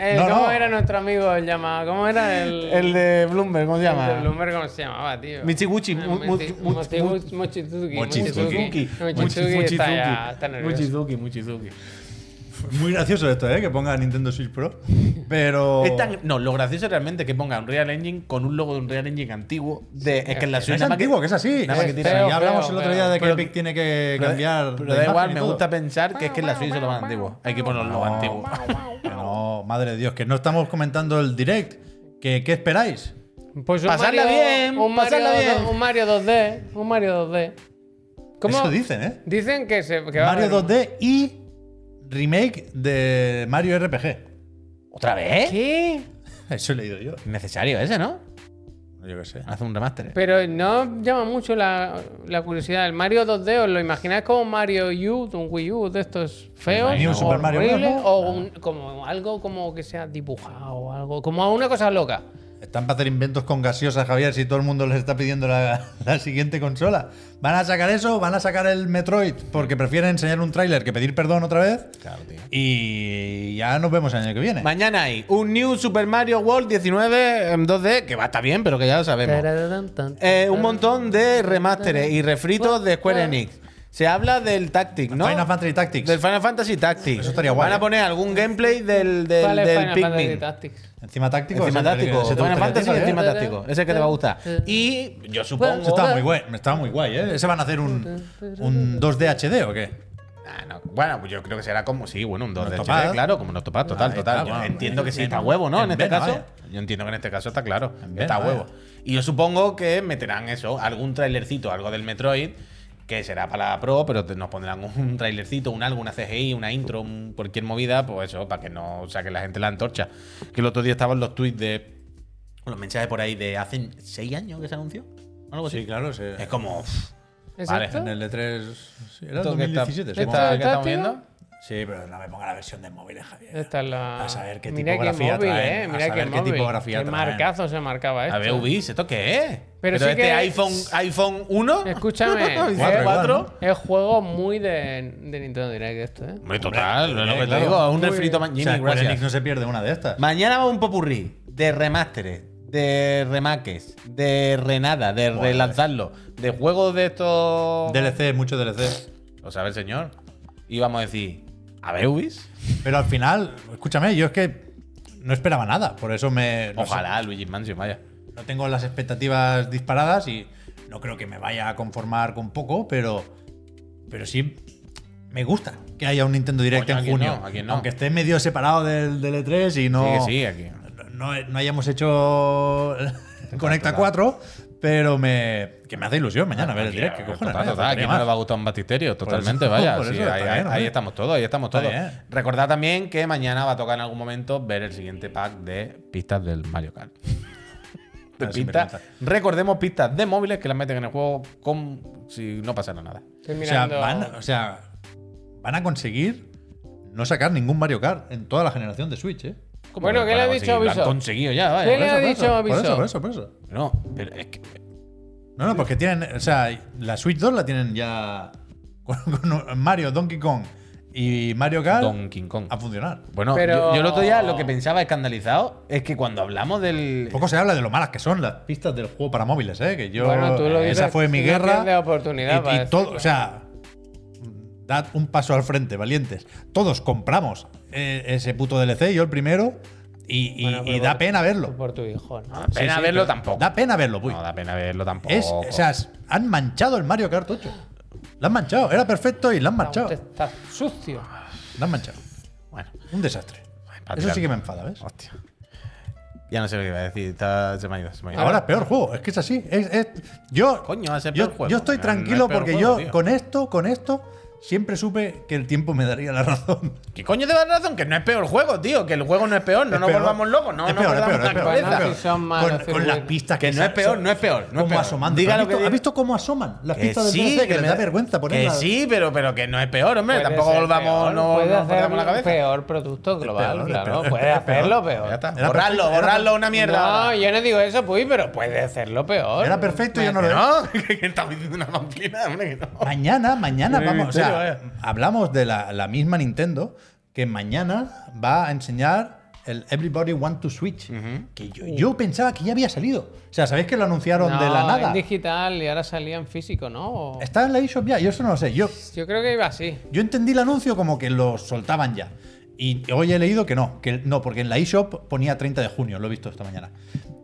B: El-
C: No,
B: ¿Cómo
C: no.
B: era nuestro amigo el llamado? ¿Cómo era el.
A: El de Bloomberg, ¿cómo se
B: el de
A: llama?
B: Bloomberg, ¿cómo se llamaba, tío?
A: Michiguchi,
B: Eh,
A: mu- mu-
B: Michi-
A: mu-
B: Mochi-
A: mu-
B: Mochizuki.
C: Mochizuki.
B: Mochizuki. Mochizuki está ya- está nervioso.
A: Muchizuki, Muchizuki.
C: Muy gracioso esto, ¿eh? Que ponga Nintendo Switch Pro. Pero.
A: Es tan- no, lo gracioso realmente es que ponga Unreal Engine con un logo de Unreal Engine antiguo. De, es que en la
C: No
A: Switch
C: es
A: nada más
C: antiguo, que, es así. Eh,
A: nada más que
C: Sí,
A: tira.
B: Feo,
C: ya hablamos
B: feo,
C: el otro día de que
A: feo.
C: Epic tiene que
A: Pero-
C: cambiar.
A: Pero
C: la
A: da
C: imagen
A: igual,
C: y
A: me
C: todo.
A: gusta pensar que es que en la Switch se lo van antiguo. Hay que poner los
C: No.
A: antiguos.
C: Que no, madre de Dios, que no estamos comentando el direct. Que, ¿Qué esperáis?
B: Pues un
A: Pasadla
B: Mario-
A: bien,
B: un Mario
A: pasadla bien.
B: do- Un Mario 2D. Un Mario 2D. ¿Cómo?
C: Eso dicen, ¿eh?
B: Dicen que se. que va a
C: Mario
B: haber un-
C: 2D y remake de Mario RPG.
A: ¿Otra vez?
B: ¿Qué?
C: Eso he leído yo.
A: Necesario ese, ¿no?
C: Yo qué sé.
A: Hace un remaster.
B: Pero no llama mucho la, la curiosidad. El Mario 2D, ¿os lo imagináis como un Mario U, un Wii U de estos feos?
C: Ni un
B: o
C: Super Mario Bros,
B: horribles,
C: ¿no?
B: O un- como algo como que sea dibujado o algo. Como una cosa loca.
C: Están para hacer inventos con gaseosa, Javier, si todo el mundo les está pidiendo la, la siguiente consola. ¿Van a sacar eso? ¿Van a sacar el Metroid? Porque prefieren enseñar un tráiler que pedir perdón otra vez.
A: Claro, tío.
C: Y ya nos vemos el año que viene.
A: Mañana hay un New Super Mario World 19 en 2D, que va a estar bien, pero que ya lo sabemos. Eh, un montón de remasteres y refritos de Square Enix. Se habla del Tactics, ¿no?
C: Final Fantasy Tactics.
A: Del Final Fantasy Tactics.
C: Eso estaría guay,
A: Van a
C: ¿eh?
A: poner algún gameplay del, del,
B: ¿Cuál es
A: del
B: Final
A: Pikmin.
B: Fantasy Tactics?
C: Encima táctico.
A: Encima
C: ese-
A: táctico.
C: ese
A: Final
C: te gustaría a ti,
A: Fantasy
C: Javier.
A: encima táctico. Ese que te va a gustar. Y yo
C: Eso
A: supongo.
C: estaba muy guay, estaba muy guay, ¿eh? ¿Ese van a hacer un, un 2D HD o qué?
A: Ah, no. Bueno, pues yo creo que será como. Sí, bueno, un 2 de
C: Nos
A: HD,
C: topad.
A: claro, como nos topa,
C: Ahí
A: total,
C: está,
A: total. Yo
C: bueno,
A: entiendo
C: en-
A: que sí,
C: en-
A: está a huevo, ¿no? En,
C: en
A: este
C: vena,
A: caso.
C: vaya.
A: Yo entiendo que en este caso está claro.
C: En
A: está a
C: vena,
A: huevo. Y yo supongo que meterán eso, algún trailercito, algo del Metroid, que será para la Pro, pero te- nos pondrán un trailercito, un algo, una CGI, una intro, un- cualquier movida, pues eso, para que no saque la gente la antorcha. Que el otro día estaban los tweets de. Los mensajes por ahí de hace 6 años que se anunció. Algo así.
C: Sí, claro. se-
A: Es como. uff, Vale,
B: ¿Exacto?
C: en el E3. sí, era
A: ¿esto qué está-
C: 2017,
A: qué
C: supongo.
A: está- qué
B: ¿Está,
A: estamos
B: tío?
A: viendo?
C: Sí, pero no me ponga la versión de móviles, Javier.
B: Esta es la.
C: A saber qué
B: Mira
C: tipografía
B: móvil,
C: traen,
B: eh,
C: a
B: Mira
C: saber
B: qué,
C: qué
B: móvil.
C: tipografía
B: Qué
C: traen.
B: marcazo se marcaba esto.
A: A ver, Ubis, ¿esto qué es? Pero,
B: sí
A: este
B: que-
A: iPhone, iPhone 1.
B: Escúchame.
A: iPhone
C: Cuatro
A: 4.
C: igual,
B: Es juego muy de, de Nintendo Direct esto, ¿eh?
A: Hombre, total,
C: Hombre,
A: es lo que te
C: claro.
A: digo. Un
B: Muy
A: refrito
B: bien.
A: mañana.
C: o sea, Square
A: gracias.
C: Enix no se pierde una de estas.
A: Mañana va un popurrí de remasteres, de remakes, de renada, de
C: Joder.
A: relanzarlo, de juegos de estos.
C: DLC, mucho DLC.
A: Lo sabe el señor. Y vamos a decir, a ver, Ubis.
C: Pero al final, escúchame, yo es que no esperaba nada. Por eso me. no sé,
A: Ojalá, Luigi Mansion, vaya.
C: no tengo las expectativas disparadas y no creo que me vaya a conformar con poco, pero, pero sí me gusta que haya un Nintendo Direct
A: Coño, ¿a
C: en
A: quién
C: junio.
A: no? ¿A quién no?
C: Aunque esté medio separado del, del E3 y no,
A: Sí, que sí, aquí.
C: no, no hayamos hecho Conecta 4, pero me, que me hace ilusión mañana ver el
A: Aquí,
C: Direct. ¿Qué cojones?
A: Ah, Total,
C: eh?
A: total. Aquí
C: Faltaría
A: no
C: más.
A: le va a gustar un batisterio, totalmente,
C: eso-
A: vaya.
C: por
A: sí,
C: eso está
A: ahí,
C: bien,
A: ahí
C: hombre.
A: estamos todos, ahí estamos
C: Está
A: todos.
C: bien.
A: Recordad también que mañana va a tocar en algún momento ver el siguiente pack de pistas del Mario Kart. De
C: Ah, sí, me
A: pistas.
C: encanta.
A: Recordemos pistas de móviles que las meten en el juego con si no pasara nada.
B: Estoy
C: O sea,
B: mirando.
C: van, o sea, van a conseguir no sacar ningún Mario Kart en toda la generación de Switch, ¿eh?
B: bueno, ¿qué le ha
A: Para
B: dicho
A: conseguir- Lo han
B: Ubisoft?
A: conseguido ya, vaya.
B: ¿Qué
A: por
B: le
A: eso,
B: ha
A: por
B: dicho
A: eso.
C: Por eso,
B: Ubisoft?
C: por eso, por eso.
A: No, pero es que
C: No, no, porque tienen. O sea, la Switch 2 la tienen ya. Con, con Mario, Donkey Kong y Mario Kart
A: Donkey Kong.
C: a funcionar.
A: Bueno,
B: Pero-
A: yo, yo el otro día lo que pensaba escandalizado es que cuando hablamos del.
C: Poco se habla de lo malas que son las pistas del juego para móviles, ¿eh? Que yo,
B: Bueno, tú lo
C: esa
B: dices,
C: fue mi
B: tú no
C: guerra.
B: pierdes oportunidad
C: y-
B: para
C: y,
B: decirlo.
C: todo, o sea, dad un paso al frente, valientes. Todos compramos eh, ese puto DLC, yo el primero, y, y-
B: Bueno, pero
C: y da
B: por-
C: pena verlo. Ah,
B: Por tu hijo, ¿no?
A: Da pena
C: sí,
A: verlo
C: pero-
A: tampoco.
C: Da pena verlo, uy.
A: No, da pena verlo tampoco.
C: es, o sea, es- han manchado el Mario Kart 8. Lo han manchado, era perfecto y lo han manchado.
B: Usted Está sucio.
C: Lo han manchado.
A: bueno,
C: Un desastre.
A: para
C: Eso
A: tirar-
C: sí que me enfada, ¿ves?
A: Hostia. Ya no sé lo que iba a decir. Está, se me ha ido. se me ha ido.
C: Ahora es peor juego, es que es así. Es, es- yo,
A: Coño, es el
C: yo,
A: peor juego.
C: yo estoy
A: No,
C: tranquilo
A: no es peor
C: porque
A: juego,
C: yo
A: tío.
C: con esto, con esto, siempre supe que el tiempo me daría la razón.
A: ¿Qué coño te da razón? Que no es peor juego, tío. Que el juego no es peor. No
C: Es
A: nos
C: peor.
A: volvamos locos. No
C: Es
A: nos
C: peor, es
A: perdamos
C: peor, es
A: la
C: peor, es
A: cabeza.
C: peor.
B: Sí, son malos,
C: Con- Con
B: Firmin.
C: las pistas que
A: Que no es
C: sa-
A: peor,
C: son-
A: no es peor, no es
C: como
A: peor.
C: asomando.
A: Diga
C: ¿Has
A: lo que
C: visto,
A: diga.
C: has visto cómo asoman las
A: Que
C: pistas del DLC? Que, les da vergüenza
A: Que
C: ponerlas.
A: sí, pero, pero que no es peor, hombre.
B: Puede
A: Tampoco
B: ser
A: volvamos,
B: peor,
A: no
B: puede
A: nos
B: hacer
A: perdamos la cabeza.
B: Peor producto global,
C: peor, es
B: claro.
C: peor, es
B: Puede
C: peor.
B: hacerlo
A: Ya
B: peor.
A: está.
C: Era
A: Borrarlo,
C: perfecto, era-
A: borrarlo, una
B: No,
A: mierda.
B: yo no digo eso, Puy, pero puede hacerlo peor.
C: Era perfecto y yo no lo
A: Que
C: veo.
A: no, que estamos diciendo una pamplina, hombre, que no.
C: Mañana, mañana
A: Qué
C: vamos. O
A: misterio,
C: sea, hablamos de la, la misma Nintendo que mañana va a enseñar el Everybody Want to Switch. Que yo, yo pensaba que ya había salido. O sea, ¿sabéis que lo anunciaron de la
B: No,
C: nada?
B: en digital y ahora salía en físico, ¿no? O-
C: ¿Está en la eShop ya? Yo eso no lo sé. Yo,
B: Yo creo que iba así.
C: yo entendí el anuncio como que lo soltaban ya. Y hoy he leído que no, que no, porque en la eShop ponía 30 de junio, lo he visto esta mañana.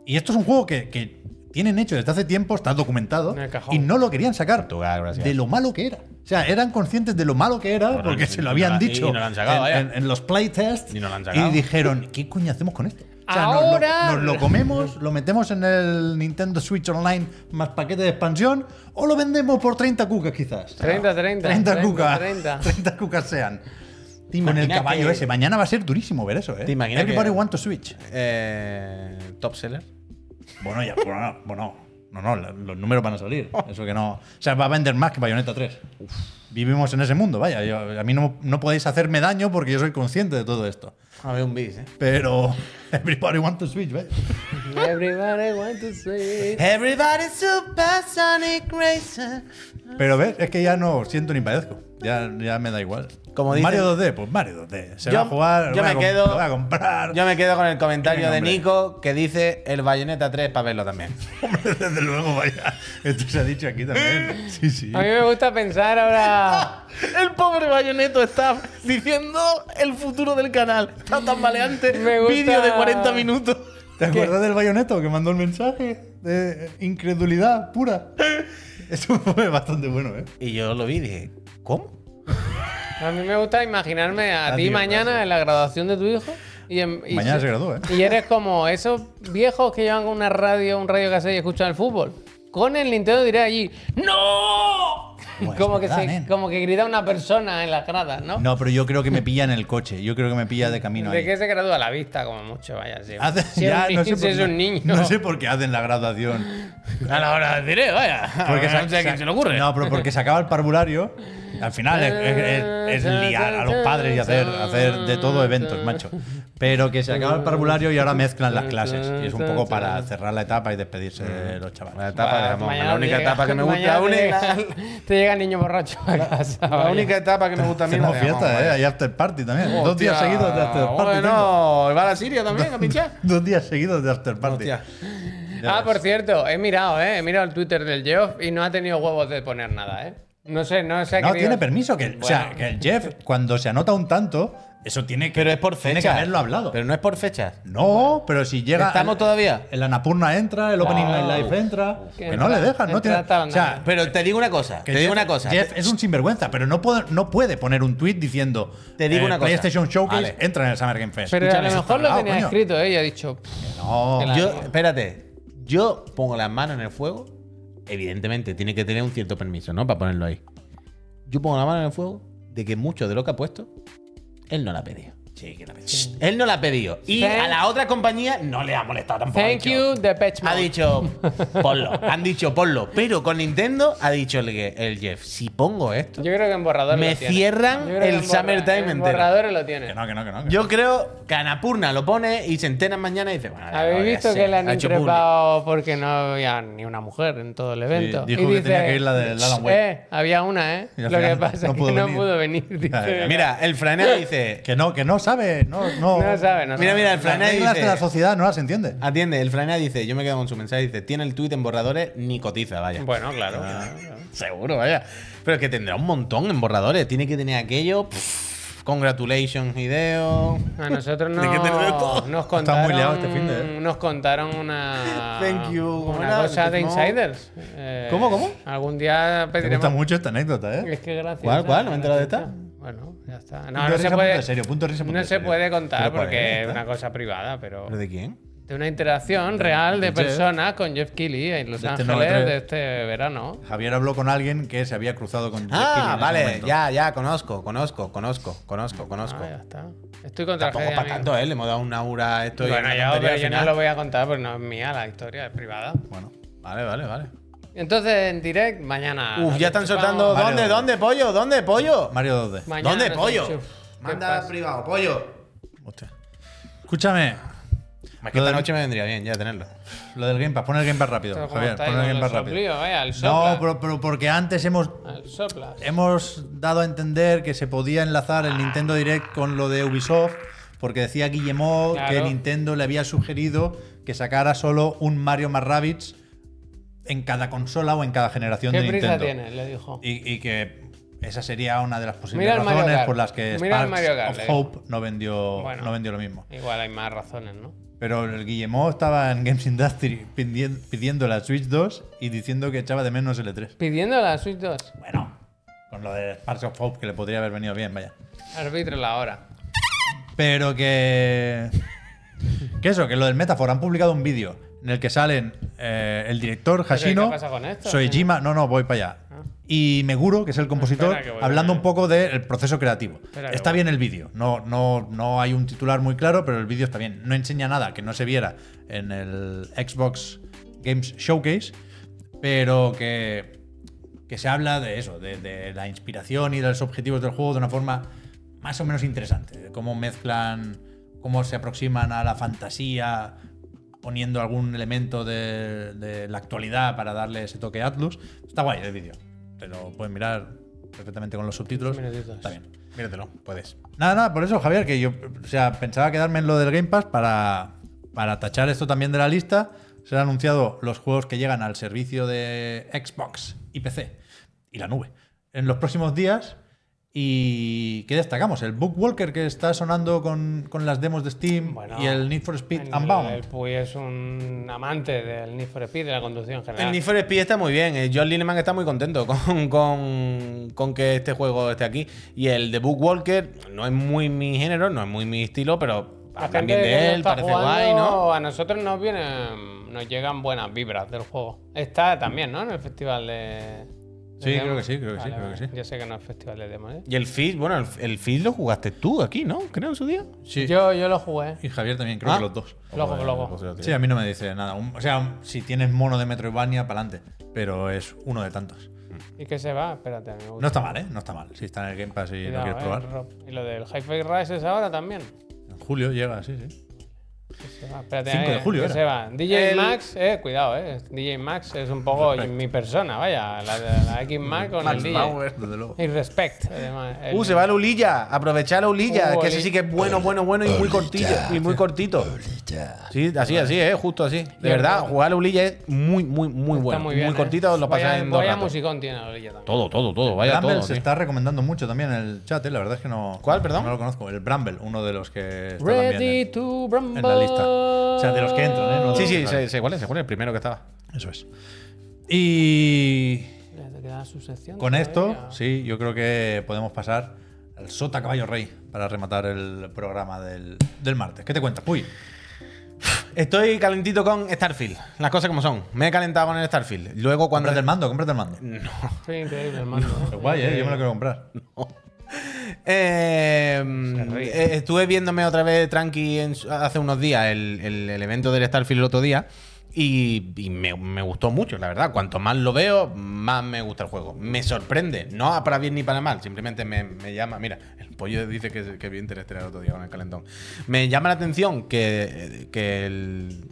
C: Y esto es un juego que, que tienen hecho desde hace tiempo, está documentado,
B: En el cajón.
C: y no lo querían sacar
A: Portugal, gracias.
C: de lo malo que era. O sea, eran conscientes de lo malo que era
A: Bueno,
C: porque
A: y-
C: se lo
A: y
C: habían
A: no la- y-
C: dicho
A: y no lo han sacado,
C: en-
A: vaya.
C: en, en los playtests
A: Y no lo han sacado.
C: dijeron, ¿qué coño hacemos con esto? O sea, nos lo-
B: Ahora-
C: nos lo, comemos, lo metemos en el Nintendo Switch Online más paquete de expansión o lo vendemos por 30 cucas quizás.
B: 30, 30.
C: 30 cucas.
B: 30.
C: 30 cucas sean.
A: ¿Te
C: Con el
A: imaginas
C: caballo
A: que-
C: ese. Mañana va a ser durísimo ver eso, ¿eh?
A: ¿Te imaginas
C: Everybody
A: que-
C: want to switch.
A: Eh, top seller.
C: Bueno, ya, bueno, bueno. No, no, la- los números van a salir. Eso que no. O sea, va a vender más que Bayonetta 3. Vivimos en ese mundo, vaya. yo- a mí no, no podéis hacerme daño porque yo soy consciente de todo esto.
A: A ver, un bis, eh.
C: Pero. Everybody want to switch, ¿ves?
B: Everybody want to see.
A: Everybody's supersonic racer.
C: Pero ves, es que ya no siento ni padezco. Ya, ya me da igual.
A: Como dicen-
C: Mario 2D, pues Mario 2D. Se
A: Yo-
C: va a jugar, lo
A: yo
C: voy a
A: me
C: com-
A: quedo-
C: lo voy a comprar.
A: Yo me quedo con el comentario
C: Tiene
A: de
C: nombre.
A: Nico que dice el Bayonetta 3 para verlo también.
C: Hombre, desde luego, vaya. Esto se ha dicho aquí también. Sí, sí.
B: A mí me gusta pensar ahora.
A: El pobre Bayoneto está diciendo el futuro del canal. Está tan maleante.
B: Me gusta. Vídeo de 40
A: minutos.
C: ¿Te acuerdas del bayoneto que mandó el mensaje de eh, incredulidad pura? Eso fue bastante bueno, ¿eh?
A: Y yo lo vi y dije, ¿cómo?
B: A mí me gusta imaginarme a
C: Ah,
B: ti
C: tío,
B: mañana
C: gracias.
B: en la graduación de tu hijo. Y en- y
C: Mañana
B: si-
C: se gradúa, ¿eh?
B: Y eres como esos viejos que llevan una radio, un radio cassette y escuchan el fútbol. Con el Nintendo diré allí, ¡No!
C: Buah, es
B: como,
C: verdad,
B: que se,
C: nen.
B: como que grita una persona en las gradas, ¿no?
C: No, pero yo creo que me pilla en el coche. Yo creo que me pilla de camino
B: ¿De
C: ahí.
B: qué se gradúa? La vista, como mucho, vaya. Sí.
C: Hace-
B: Si es
C: Ah, ya,
B: un
C: no
B: ni-
C: sé
B: si
C: por-
B: es un niño.
C: No sé por qué hacen la graduación.
A: A la hora diré, vaya.
B: Ah,
A: Porque no sé a quién se le ocurre.
C: No, pero porque se acaba el parvulario. Al final es, es- es- es liar a los padres y hacer, hacer de todo eventos, macho. Pero que se acaba el parvulario y ahora mezclan las clases. Y es un poco para cerrar la etapa y despedirse de los
A: La
C: chavales.
A: etapa de
B: Ah,
A: jamón,
B: mañana
A: La única
B: llega-
A: etapa que me gusta.
B: mañana
A: La
B: te
A: única,
B: llega- Te llega niño borracho a casa.
A: la
B: vaya.
A: única etapa que me gusta a mí. es la
C: Hacemos
A: de
C: fiesta,
A: jamón,
C: ¿eh?
A: vaya.
C: Hay after party también. Dos días
A: Hostia.
C: seguidos de after party. tengo.
A: Bueno, va a la Siria también a pinchar.
C: Dos días seguidos de after party.
A: Hostia.
C: Ya
B: Ah,
C: ves.
B: por cierto, he mirado, ¿eh? He mirado el Twitter del Geoff y no ha tenido huevos de poner nada, ¿eh? No sé, no sé.
C: No tiene permiso. Que, O sea, que el Jeff, cuando se anota un tanto, eso tiene que,
A: Pero es por
C: tiene
A: fechas.
C: que haberlo hablado.
A: Pero no es por fechas.
C: no, pero si llega.
A: ¿Estamos
C: el-
A: todavía?
C: El Anapurna entra, el Opening
B: No.
C: Night Live entra.
B: Que
C: Que, no
B: entra-
C: le dejan, no tiene.
B: entra tal
C: O sea,
B: nada.
A: Pero te digo una cosa.
C: que
A: Te digo
C: Jeff-
A: una cosa.
C: Jeff es un sinvergüenza, pero no puede, no puede poner un tweet diciendo.
A: Te digo
C: eh,
A: una cosa.
C: PlayStation Showcase
A: Vale.
C: entra en el Summer Game Fest.
B: Pero a
C: Escúchame,
B: lo
C: eso
B: mejor
C: está
B: lo
C: hablado,
B: tenía
C: coño.
B: escrito, ¿eh? Y ha dicho.
C: No.
B: Que la-
A: Yo, espérate, yo pongo las manos en el fuego. Evidentemente, tiene que tener un cierto permiso, ¿no? Para ponerlo ahí. Yo pongo la mano en el fuego de que mucho de lo que ha puesto, él no la ha pedido. Sí, que la ha pedido. Él no la ha pedido. Y
B: Thank-
A: a la otra compañía no le ha molestado tampoco. ha
B: Thank
A: dicho-
B: you, the patch
A: Ha dicho, ponlo. Han dicho, ponlo. Pero con Nintendo ha dicho el, el Jeff, si pongo esto,
B: Yo creo que en borrador
A: Me
B: lo tiene.
A: cierran
B: Yo creo que
A: el
B: en borra-
A: Summertime
B: En
A: entero.
B: borrador lo tiene.
C: Que no, que no, que no. que
A: yo creo que Anapurna lo pone y se entera mañana y dice, bueno, ya lo
B: Habéis
A: voy a
B: visto
A: hacer.
B: que la han
A: Ha hecho public.
B: increpado porque no había ni una mujer en todo el evento.
C: dijo
B: y
C: que
B: dice,
C: tenía que ir la del Alan Wake.
B: Eh, había una, ¿eh?
C: Y al
B: Lo que
C: final
B: pasa es
C: no
B: que
C: pudo
B: no
C: venir.
B: pudo venir. dice.
A: Mira, el Franel dice,
C: no. Que no, que no sabe. No, no.
B: No sabe, no
A: Mira,
B: sabe.
A: mira,
B: Ah,
A: el
C: Las
A: Franel
C: reglas
A: dice,
C: de la sociedad no las entiende.
A: atiende, el Franel dice, yo me quedo con su mensaje, dice, tiene el tuit en borradores, ni cotiza, vaya.
B: Bueno, claro.
A: Seguro, vaya. Pero es que tendrá un montón en borradores. Tiene que tener aquello. pff, congratulations, Hideo.
B: A nosotros
A: ¿De qué te ríes
B: nos,
A: tú?
B: nos
C: Está
B: contaron.
C: muy liado este fin de-
B: Nos contaron una.
A: Thank you. ¿Cómo
B: Una
A: era?
B: cosa de
A: No.
B: insiders. Eh,
A: ¿Cómo, cómo?
B: Algún día
C: Te gusta
B: pediremos.
C: mucho esta anécdota, ¿eh?
B: Es que gracias.
A: ¿Cuál, cuál? No me he enterado de esta.
B: Bueno, ya está. No,
C: Punto
B: no
C: de
B: se
C: risa, punto
B: puede.
C: de serio, punto de risa, punto
B: No
C: de
B: se
C: serio.
B: puede contar
A: Pero cuál
B: porque
A: es,
B: es
A: ¿eh?
B: una cosa privada, pero.
A: ¿Pero de quién?
B: De una interacción real de
C: de Jeff.
B: personas con Jeff Keighley en Los
C: De este
B: Ángeles
C: 93.
B: de este verano.
C: Javier habló con alguien que se había cruzado con. Jeff Keighley en
A: Ah,
C: ese
A: vale,
C: momento.
A: ya, ya, conozco, conozco, conozco, conozco, conozco.
B: Ah, ya está. Estoy con
A: Tampoco
B: tragedia.
A: para
B: amigo.
A: tanto, ¿eh? Le hemos dado una aura a esto y
B: Bueno,
A: una
B: ya,
A: tontería
B: pero
A: al
B: yo no
A: final.
B: lo voy a contar porque no es mía la historia, es privada.
C: Bueno.
A: Vale, vale, vale.
B: Entonces, en direct, mañana.
A: Uf,
B: nos
A: ya están
B: enchufamos.
A: soltando.
C: Vale,
A: ¿Dónde,
C: vale.
A: dónde, pollo? ¿Dónde, pollo?
C: Mario 2D.
B: Mañana
A: ¿Dónde,
B: nos
A: pollo?
B: enchuf- ¿Qué
A: Manda
B: pasa?
A: privado, pollo.
C: Hostia. Escúchame.
A: Es que esta
C: Lo del-
A: noche me vendría bien ya tenerlo.
C: Lo del Game Pass. Pon el Game Pass rápido.
B: Pero como
C: Javier,
B: estáis
C: pon el
B: con
C: Game Pass
B: los
C: rápido.
B: soplíos, vaya, eh, al sopla.
C: No, pero, pero porque antes hemos,
B: Al sopla.
C: hemos dado a entender que se podía enlazar el Nintendo Direct con lo de Ubisoft, porque decía Guillemot
B: Claro.
C: que Nintendo le había sugerido que sacara solo un Mario más Rabbids en cada consola o en cada generación
B: ¿Qué
C: de
B: prisa
C: Nintendo.
B: tienes? Le dijo.
C: Y, y que esa sería una de las posibles
B: Mira el Mario
C: razones
B: Kart.
C: por las que
B: Mira el
C: Sparks
B: Mario Kart, le
C: of
B: digo.
C: Hope no vendió,
B: Bueno.
C: no vendió lo mismo.
B: Igual hay más razones, ¿no?
C: Pero el Guillemot estaba en Games Industry pidien- pidiendo la Switch 2 y diciendo que echaba de menos el E3.
B: Pidiendo la Switch 2.
C: Bueno, con lo de Sparks of Hope que le podría haber venido bien, vaya.
B: Arbitro la hora.
C: Pero que. Que eso, que lo del Metafor han publicado un vídeo en el que salen eh, el director Hashino,
B: qué pasa con esto? Ah.
C: Soejima, no, no, voy para allá. Y Meguro, que es el compositor,
B: Espera que voy a
C: hablando
B: ver.
C: un poco del proceso creativo.
B: Espera que
C: está
B: voy.
C: bien el vídeo, no, no, no hay un titular muy claro, pero el vídeo está bien. No enseña nada que no se viera en el Xbox Games Showcase, pero que, que se habla de eso, de, de la inspiración y de los objetivos del juego de una forma más o menos interesante, de cómo mezclan, cómo se aproximan a la fantasía, poniendo algún elemento de, de la actualidad para darle ese toque Atlus. Está guay el vídeo, te lo pueden mirar perfectamente con los subtítulos.
B: Minutitos.
C: Está bien.
A: Míratelo, puedes.
C: Nada, nada, por eso, Javier, que yo o sea, pensaba quedarme en lo del Game Pass para, para tachar esto también de la lista. Se han anunciado los juegos que llegan al servicio de Xbox y PC y la nube en los próximos días. Y que destacamos, el Bookwalker que está sonando con, con las demos de Steam
B: Bueno,
C: y el Need for Speed
B: El-
C: Unbound.
B: El Puy es un amante del Need for Speed, de la conducción en
A: El
B: general.
A: Need for Speed está muy bien. eh, John Lineman está muy contento con, con- con que este juego esté aquí. Y el de Book Walker no es muy mi género, no es muy mi estilo, pero
B: La
A: hablan
B: gente
A: bien
B: que lo
A: de él,
B: está
A: parece
B: jugando,
A: guay, ¿no?
B: A nosotros nos vienen, nos llegan buenas vibras del juego. Está también, ¿no? En el festival de. de
C: Sí, creo
B: demos.
C: que sí, creo que sí, creo que sí.
B: Yo sé que no es festival de demos. ¿eh?
A: Y el Fizz, bueno, el, el Fizz lo jugaste tú aquí, ¿no? Creo en su día.
C: Sí, pues
B: Yo, yo lo jugué.
C: y Javier también, creo
A: Ah.
C: que los dos.
B: Loco,
A: pues,
B: loco.
C: Sí, a mí no me dice nada. Un- o sea, un- si tienes mono de Metroidvania, para adelante. Pero es uno de tantos.
B: ¿Y qué se va? Espérate, me gusta.
C: No está mal, ¿eh? No está mal. Si está en el Game Pass y lo
B: Cuidado,
C: quieres
B: eh,
C: probar.
B: Rob. Y lo del Hi-Fi Rise es ahora también.
C: En julio llega, sí, sí.
B: ¿Qué se va? Espérate,
C: 5 de
B: eh,
C: julio
B: ¿qué
C: era.
B: se va? DJ
A: El-
B: Max, eh, cuidado, eh. DJ Max es un poco mi persona, vaya. La, de- la X Max con el DJ.
C: desde luego.
B: Y respect, además. El-
A: Uh, se va la ulilla. Aprovechar la ulilla.
B: Uh,
A: que
B: oli-
A: ese sí que es bueno, bueno, bueno y muy cortillo. Y muy cortito. Sí, así, así, eh, justo así. De verdad, jugar a la ulilla es muy, muy, muy bueno. Muy,
B: bien, ¿eh?
A: cortito, lo
B: Voy a-
A: pasas en dos
B: voy a
A: ratos.
B: musicón tiene la orilla también.
A: Todo, todo, todo. Vaya
C: Bramble
A: todo.
C: se
A: tío.
C: está recomendando mucho también en el chat, ¿eh? La verdad es que no.
A: ¿Cuál, perdón?
C: No lo conozco. El Bramble, uno de los que está también.
B: Ready
C: en-
B: to rumble.
C: en la lista. O sea, de los que entran, ¿eh? No de
A: Sí,
C: los
A: sí,
C: que
A: se,
C: salen.
A: se cuál es, se cuál es el primero que estaba.
C: Eso es. Y.
B: Mira, te queda su sección
C: Con esto,
B: todavía.
C: sí, yo creo que podemos pasar al Sota Caballo Rey para rematar el programa del, del martes. ¿Qué te cuentas? Uy,
A: Estoy calentito con Starfield. Las cosas como son. Me he calentado con el Starfield. Luego cuando.
C: cómprate el mando, cómprate el mando.
B: Sí, increíble, hermano.
C: Guay, ¿eh? Yo me lo quiero comprar.
A: Eh,
B: ríe.
A: eh, estuve viéndome otra vez tranqui en su- hace unos días el, el- el evento del Starfield el otro día y, y me, me gustó mucho, la verdad. Cuanto más lo veo, más me gusta el juego. Me sorprende, no para bien ni para mal, simplemente me, me llama. Mira, el pollo dice que, que vio Interestelar el otro día con el calentón. Me llama la atención que, que el-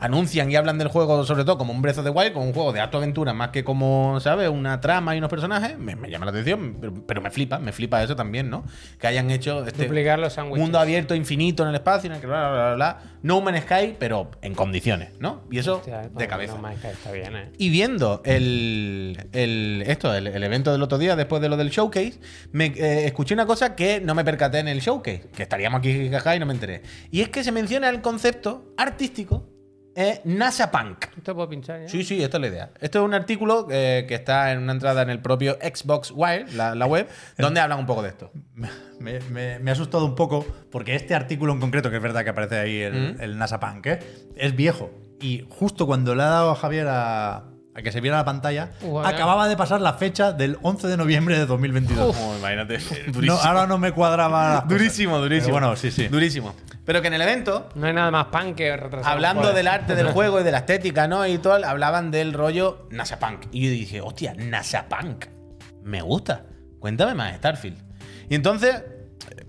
A: anuncian y hablan del juego, sobre todo como un brezo de Wild, como un juego de acto aventura, más que como, ¿sabes? Una trama y unos personajes. Me, me llama la atención, pero, pero me flipa, me flipa eso también, ¿no? Que hayan hecho este
B: Duplicar los sándwiches.
A: mundo abierto infinito en el espacio, en el que bla, bla, bla, bla, bla. No Man's Sky, pero en condiciones, ¿no? Y eso
B: Hostia, pues,
A: de cabeza.
B: No, Minecraft está bien, ¿eh?
A: Y viendo el, el- esto, el, el evento del otro día, después de lo del showcase, me eh, escuché una cosa que no me percaté en el showcase, que estaríamos aquí jajaja, y no me enteré. Y es que se menciona el concepto artístico eh, NASA Punk.
B: ¿Esto puedo pinchar ¿eh? ya?
A: Sí, sí, esta es la idea. Esto es un artículo eh, que está en una entrada en el propio Xbox Wire, la, la web, donde hablan un poco de esto.
C: Me, me- me ha asustado un poco porque este artículo en concreto, que es verdad que aparece ahí el, el NASA Punk, ¿eh? es viejo. Y justo cuando le ha dado a Javier a, a que se viera la pantalla,
B: Ujú.
C: acababa de pasar la fecha del 11 de noviembre de 2022.
A: Oh, imagínate,
C: No, ahora no me cuadraba. las cosas.
A: durísimo, durísimo.
C: Pero bueno, sí, sí.
A: Durísimo. Pero que en el evento
B: No hay nada más pan que retrasar.
A: Hablando del arte del juego y de la estética, ¿no? Y todo, hablaban del rollo NASA Punk. Y yo dije, hostia, NASA Punk. Me gusta. Cuéntame más, Starfield. Y entonces, eh,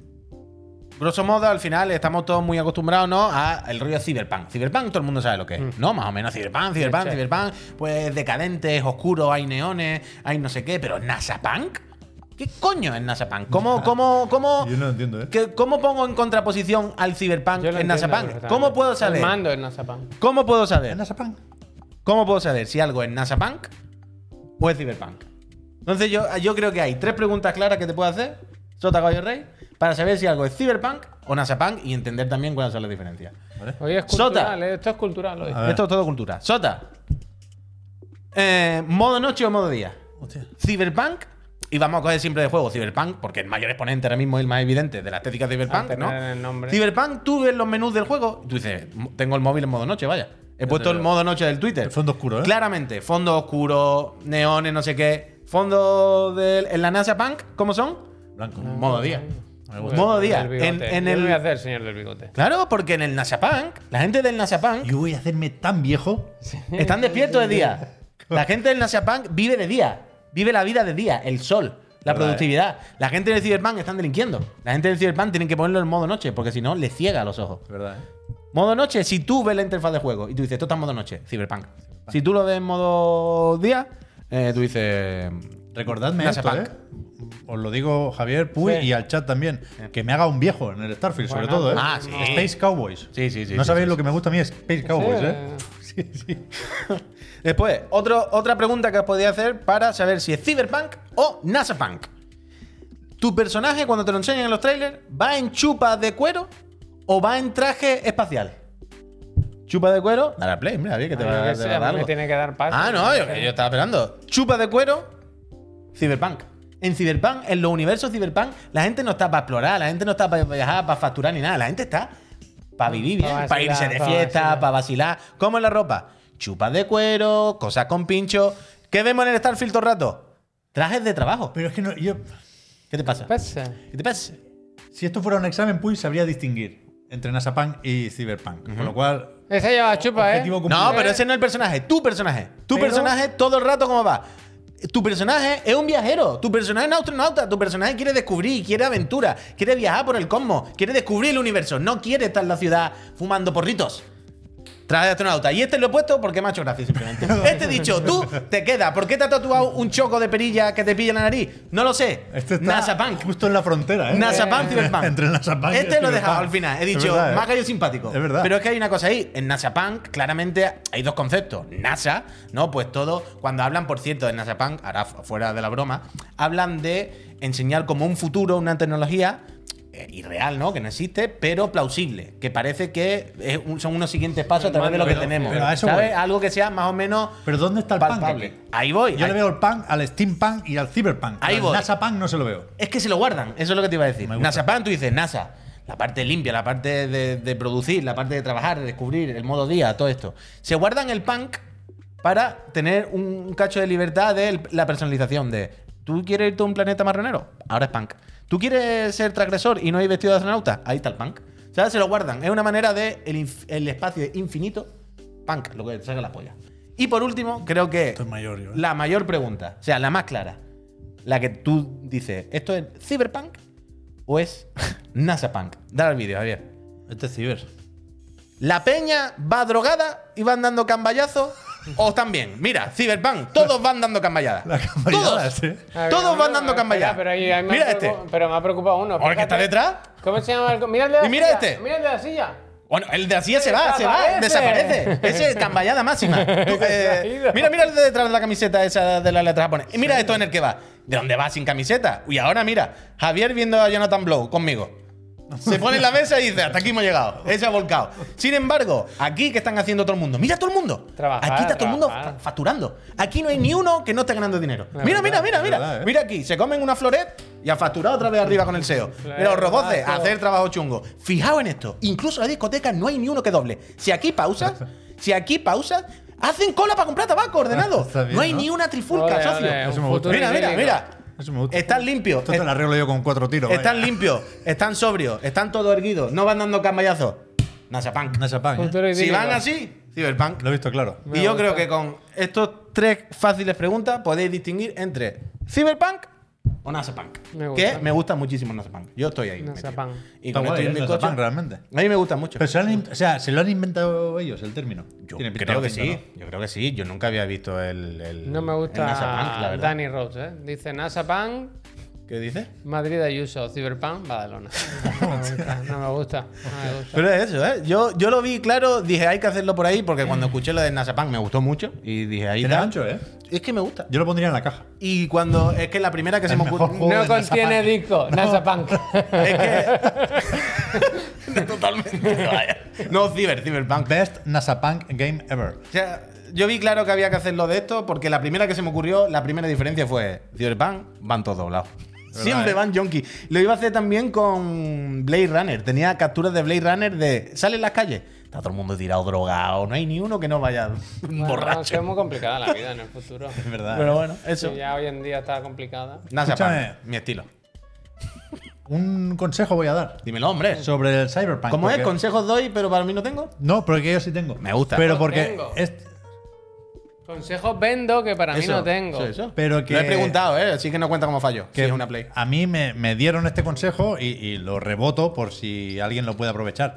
A: grosso modo, al final estamos todos muy acostumbrados, ¿no? A el rollo Cyberpunk. Cyberpunk todo el mundo sabe lo que es, ¿no? Más o menos Cyberpunk, Cyberpunk,
B: Sí.
A: Cyberpunk. Pues decadentes, oscuros, hay neones, hay no sé qué. Pero NASA Punk. ¿Qué coño es NASA Punk? ¿Cómo, cómo, cómo,
C: Yo no lo entiendo, ¿eh?
A: que- ¿Cómo pongo en contraposición al Cyberpunk
B: Yo lo
A: en
B: entiendo
A: NASA Punk?
B: perfectamente.
A: ¿Cómo puedo
B: El
A: saber?
B: mando en NASA Punk.
A: ¿Cómo puedo
C: ¿El
A: saber?
C: NASA Punk?
A: ¿Cómo puedo saber si algo es NASA Punk o es Cyberpunk? Entonces yo, yo creo que hay tres preguntas claras que te puedo hacer, Sota Caballo Rey, para saber si algo es Cyberpunk o NASA Punk y entender también cuáles son las diferencias.
B: Oye, es
A: Sota.
B: cultural, ¿eh? esto es cultural hoy.
C: A ver.
A: Esto es todo cultura. Sota. eh, ¿Modo noche o modo día?
C: Hostia.
A: Cyberpunk. Y vamos a coger siempre de juego Cyberpunk, porque el mayor exponente ahora mismo es el más evidente de la estética de Cyberpunk,
B: Antes
A: ¿no?
B: era el nombre.
A: Cyberpunk, tú ves los menús del juego y tú dices, tengo el móvil en modo noche, vaya. He puesto el modo noche del Twitter.
C: El fondo oscuro, ¿eh?
A: Claramente, fondo oscuro, neones, no sé qué. Fondo de en la NASA Punk, ¿cómo son? Mm,
C: Blanco.
A: Modo día.
C: Me gusta.
A: Modo
B: El
A: día.
B: bigote.
A: En, en
B: Yo me voy a
A: el...
B: hacer el señor del bigote.
A: Claro, porque en el NASA Punk, la gente del NASA Punk
C: Yo voy a hacerme tan viejo.
A: están despiertos de día. La gente del NASA Punk vive de día. Vive la vida de día, el sol, la
C: Verdad, eh.
A: productividad. La gente del Cyberpunk están delinquiendo. La gente del Cyberpunk tienen que ponerlo en modo noche, porque si no, le ciega los ojos.
C: Es verdad, ¿eh?
A: Modo noche, si tú ves la interfaz de juego y tú dices, esto está en modo noche, Cyberpunk. Si tú lo ves en modo día, eh, tú dices.
C: Recordadme
A: NASA
C: esto,
A: Punk.
C: ¿eh? Os lo digo Javier Puy
B: Sí.
C: y al chat también. Que me haga un viejo en el Starfield, sobre
B: Bueno,
C: todo, ¿eh?
A: ah, sí.
C: Space Cowboys.
A: Sí, sí, sí,
C: No
A: sí,
C: sabéis
A: sí,
C: lo que me gusta a mí, Space Cowboys, ¿eh? Sí, sí.
A: Después, otro, otra pregunta que os podía hacer para saber si es Cyberpunk o NASA Punk. ¿Tu personaje, cuando te lo enseñan en los trailers, va en chupa de cuero o va en traje espacial? ¿Chupa de cuero? Dale a play, mira, bien que te
B: Ay,
A: va,
B: yo qué
A: te
B: sé,
A: va a
B: a
A: dar
B: mí me
A: algo.
B: tiene eh, que dar paso.
A: Ah, no, yo, yo estaba esperando. Chupa de cuero, Cyberpunk. En Cyberpunk, en los universos Cyberpunk, la gente no está para explorar, la gente no está para viajar, para facturar ni nada. La gente está para vivir bien,
B: Pa'
A: para,
B: vacilar,
A: irse de
B: pa'
A: fiesta,
B: vacilar.
A: para vacilar. ¿Cómo es la ropa? Chupas de cuero, cosas con pincho. ¿Qué vemos en el Starfield todo el rato? Trajes de trabajo.
C: Pero es que no, yo,
A: ¿Qué te pasa?
B: Pasa.
A: ¿Qué te pasa?
C: si esto fuera un examen, Puy sabría distinguir entre NASA Punk y Cyberpunk. Con lo cual,
B: Esa lleva chupa, ¿eh?
C: Objetivo
A: No,
C: cumplido.
A: pero ese no es el personaje, tu personaje. Tu
C: Pero-
A: personaje todo el rato cómo va. Tu personaje es un viajero, tu personaje es un astronauta, tu personaje quiere descubrir, quiere aventura, quiere viajar por el cosmos, quiere descubrir el universo, no quiere estar en la ciudad fumando porritos. Traje de astronauta. Y este lo he puesto porque me ha hecho gracia simplemente. Este dicho, tú te queda. ¿Por qué te ha tatuado un choco de perilla que te pilla en la nariz? No lo sé.
C: este está
A: NASA Punk.
C: justo en la frontera, ¿eh?
A: NASA Punk, Cyberpunk.
C: Entre el NASA Punk y el
A: Este lo he dejado
C: Cyberpunk.
A: al final. He
C: Es
A: dicho,
C: verdad, ¿eh?
A: me ha caído simpático.
C: Es verdad.
A: Pero es que hay una cosa ahí. En NASA Punk, claramente hay dos conceptos. NASA, ¿no? Pues todo. Cuando hablan, por cierto, de NASA Punk, ahora fu- fuera de la broma, hablan de enseñar como un futuro, una tecnología eh, irreal, ¿no? Que no existe, pero plausible. Que parece que es un- son unos siguientes pasos a través de lo que
C: Pero-
A: tenemos.
C: pero a eso
A: ¿Sabes?
C: voy.
A: Algo que sea más o menos
C: Pero ¿dónde está el
A: palpable.
C: Punk? aquí?
A: Ahí voy.
C: Yo
A: ahí-
C: le veo el Punk al Steampunk y al Cyberpunk.
A: Ahí
C: al
A: voy.
C: NASA Punk no se lo veo.
A: Es que se lo guardan, eso es lo que te iba a decir.
C: Me gusta.
A: NASA Pan, tú dices NASA. La parte limpia, la parte de, de producir, la parte de trabajar, de descubrir, el modo día, todo esto. Se guardan el punk para tener un cacho de libertad de la personalización. De tú quieres irte a un planeta marronero, ahora es punk. ¿Tú quieres ser transgresor y no hay vestido de astronauta? Ahí está el punk. O sea, se lo guardan. Es una manera de el, inf- el espacio es infinito. Punk, lo que saca la polla. Y por último, creo que
C: Esto es mayor, yo, ¿eh?
A: la mayor pregunta, o sea, la más clara, la que tú dices, ¿esto es cyberpunk o es NASA punk? Dale al vídeo, Javier.
C: Este es ciber.
A: ¿La peña va drogada y van dando cambayazos? ¿O están bien? Mira, Cyberpunk, todos van dando camballadas.
C: Las camballadas,
A: todos,
C: ¿eh?
A: todos van dando
B: cambayas.
A: camballadas.
B: Pero, ahí- ahí me ha
A: mira este.
B: preocup- pero me ha preocupado uno.
A: Ahora que
B: fíjate.
A: está detrás.
B: ¿Cómo se llama? el co- Mira el de la
A: Y mira
B: silla,
A: este.
B: Mira el de la silla.
A: Bueno, el de así se va, se va,
B: Desaparece.
A: desaparece. Ese es camballada máxima. Tú, eh, mira, mira el de detrás de la camiseta esa de la letra japonesa. Y mira esto en el que va. ¿De dónde va sin camiseta? Y ahora mira, Javier viendo a Jonathan Blow conmigo. Se pone en la mesa y dice, hasta aquí hemos llegado. Ese ha volcado. Sin embargo, aquí que están haciendo todo el mundo. Mira todo el mundo.
B: Trabajar,
A: aquí está todo el mundo
B: trabajar.
A: fa- facturando. Aquí no hay ni uno que no esté ganando dinero.
B: Es
A: Mira, mira,
B: verdad,
A: mira,
C: es
A: mira.
C: verdad, ¿eh?
A: Mira aquí, se comen una floret y ha facturado otra vez arriba con el SEO. Pero los roboces,
B: Florazo.
A: hacer trabajo chungo. Fijaos en esto. Incluso en la discoteca no hay ni uno que doble. Si aquí pausas, si aquí pausas, hacen cola para comprar tabaco ordenado.
C: Está bien,
A: no hay
C: ¿no?
A: ni una trifulca,
B: Ole,
A: socio.
B: ole, un
C: Eso me gusta.
B: futuro
A: Mira, mira,
B: idílico.
A: mira.
C: Eso me gusta.
A: Están limpios.
C: Esto te lo arreglo yo con cuatro tiros. vaya.
A: Están limpios, están sobrios, están todos erguidos, no van dando cambayazos. NASA Punk.
C: NASA Punk, ¿eh?
B: Futuro
A: Si
B: idílico.
A: van así, Cyberpunk.
C: Lo he visto claro.
B: Me
A: Y yo
B: gusta.
A: creo que con estos tres fáciles preguntas podéis distinguir entre Cyberpunk o NASA Punk.
B: Me gusta.
A: que me gusta muchísimo NASA Punk. Yo estoy ahí.
B: NASA
A: metido.
B: Punk.
A: Y
C: Está
A: con esto
C: guay,
A: y
C: ¿eh?
A: mi
C: NASA
A: coche-
C: Punk, realmente.
A: A mí me gusta mucho.
C: Pero se, lo han in- o sea, se lo han inventado ellos el término.
A: Yo
C: Tiene pinta
A: creo que
C: haciendo,
A: sí, yo creo que sí. Yo nunca había visto el. el-
B: No me gusta
A: el NASA Punk, la verdad.
B: Danny Rhodes, ¿eh? Dice NASA Punk,
A: ¿Qué dices?
B: Madrid Ayuso, Cyberpunk, Badalona. No me gusta, no me gusta. No me gusta.
A: Pero es eso, ¿eh? Yo, yo lo vi claro, dije hay que hacerlo por ahí, porque cuando escuché lo de NASA Punk me gustó mucho y dije ahí.
C: Tiene
A: tal.
C: ancho, ¿eh?
A: Es que me gusta.
C: Yo lo pondría en la caja.
A: Y cuando. Es que la primera que se me
C: mejor
A: ocurrió.
C: juego
B: No
C: de NASA
B: contiene
C: Punk.
B: disco, NASA Punk.
A: Es que. Totalmente. vaya. No, Cyber, Cyberpunk.
C: Best NASA Punk game ever.
A: O sea, yo vi claro que había que hacerlo de esto porque la primera que se me ocurrió, la primera diferencia fue Cyberpunk, van todos doblados.
C: ¿Verdad,
A: Siempre
C: eh?
A: van yonki. Lo iba a hacer también con Blade Runner. Tenía capturas de Blade Runner de. Sale en las calles. Está todo el mundo tirado drogado. No hay ni uno que no vaya
B: Bueno, es que
A: borracho.
B: es muy complicada la vida en el futuro.
C: Es verdad.
A: Pero bueno, eso.
B: Sí, ya hoy en día está complicada.
A: NASA
C: Escúchame.
A: Punk, mi estilo.
C: Un consejo voy a dar
A: Dímelo, hombre.
C: sobre el Cyberpunk.
A: ¿Cómo es?
C: porque-
A: ¿Consejos doy, pero para mí no tengo?
C: No, porque yo sí tengo.
A: Me gusta.
C: Pero
B: No
C: porque.
B: tengo.
C: es-
B: Consejos vendo que para mí
A: Eso,
B: no tengo.
A: eso, eso.
C: Pero que-
A: Lo he preguntado, ¿eh? Así que no cuenta como fallo. Que
C: que
A: es una play.
C: A mí me, me dieron este consejo y, y lo reboto por si alguien lo puede aprovechar.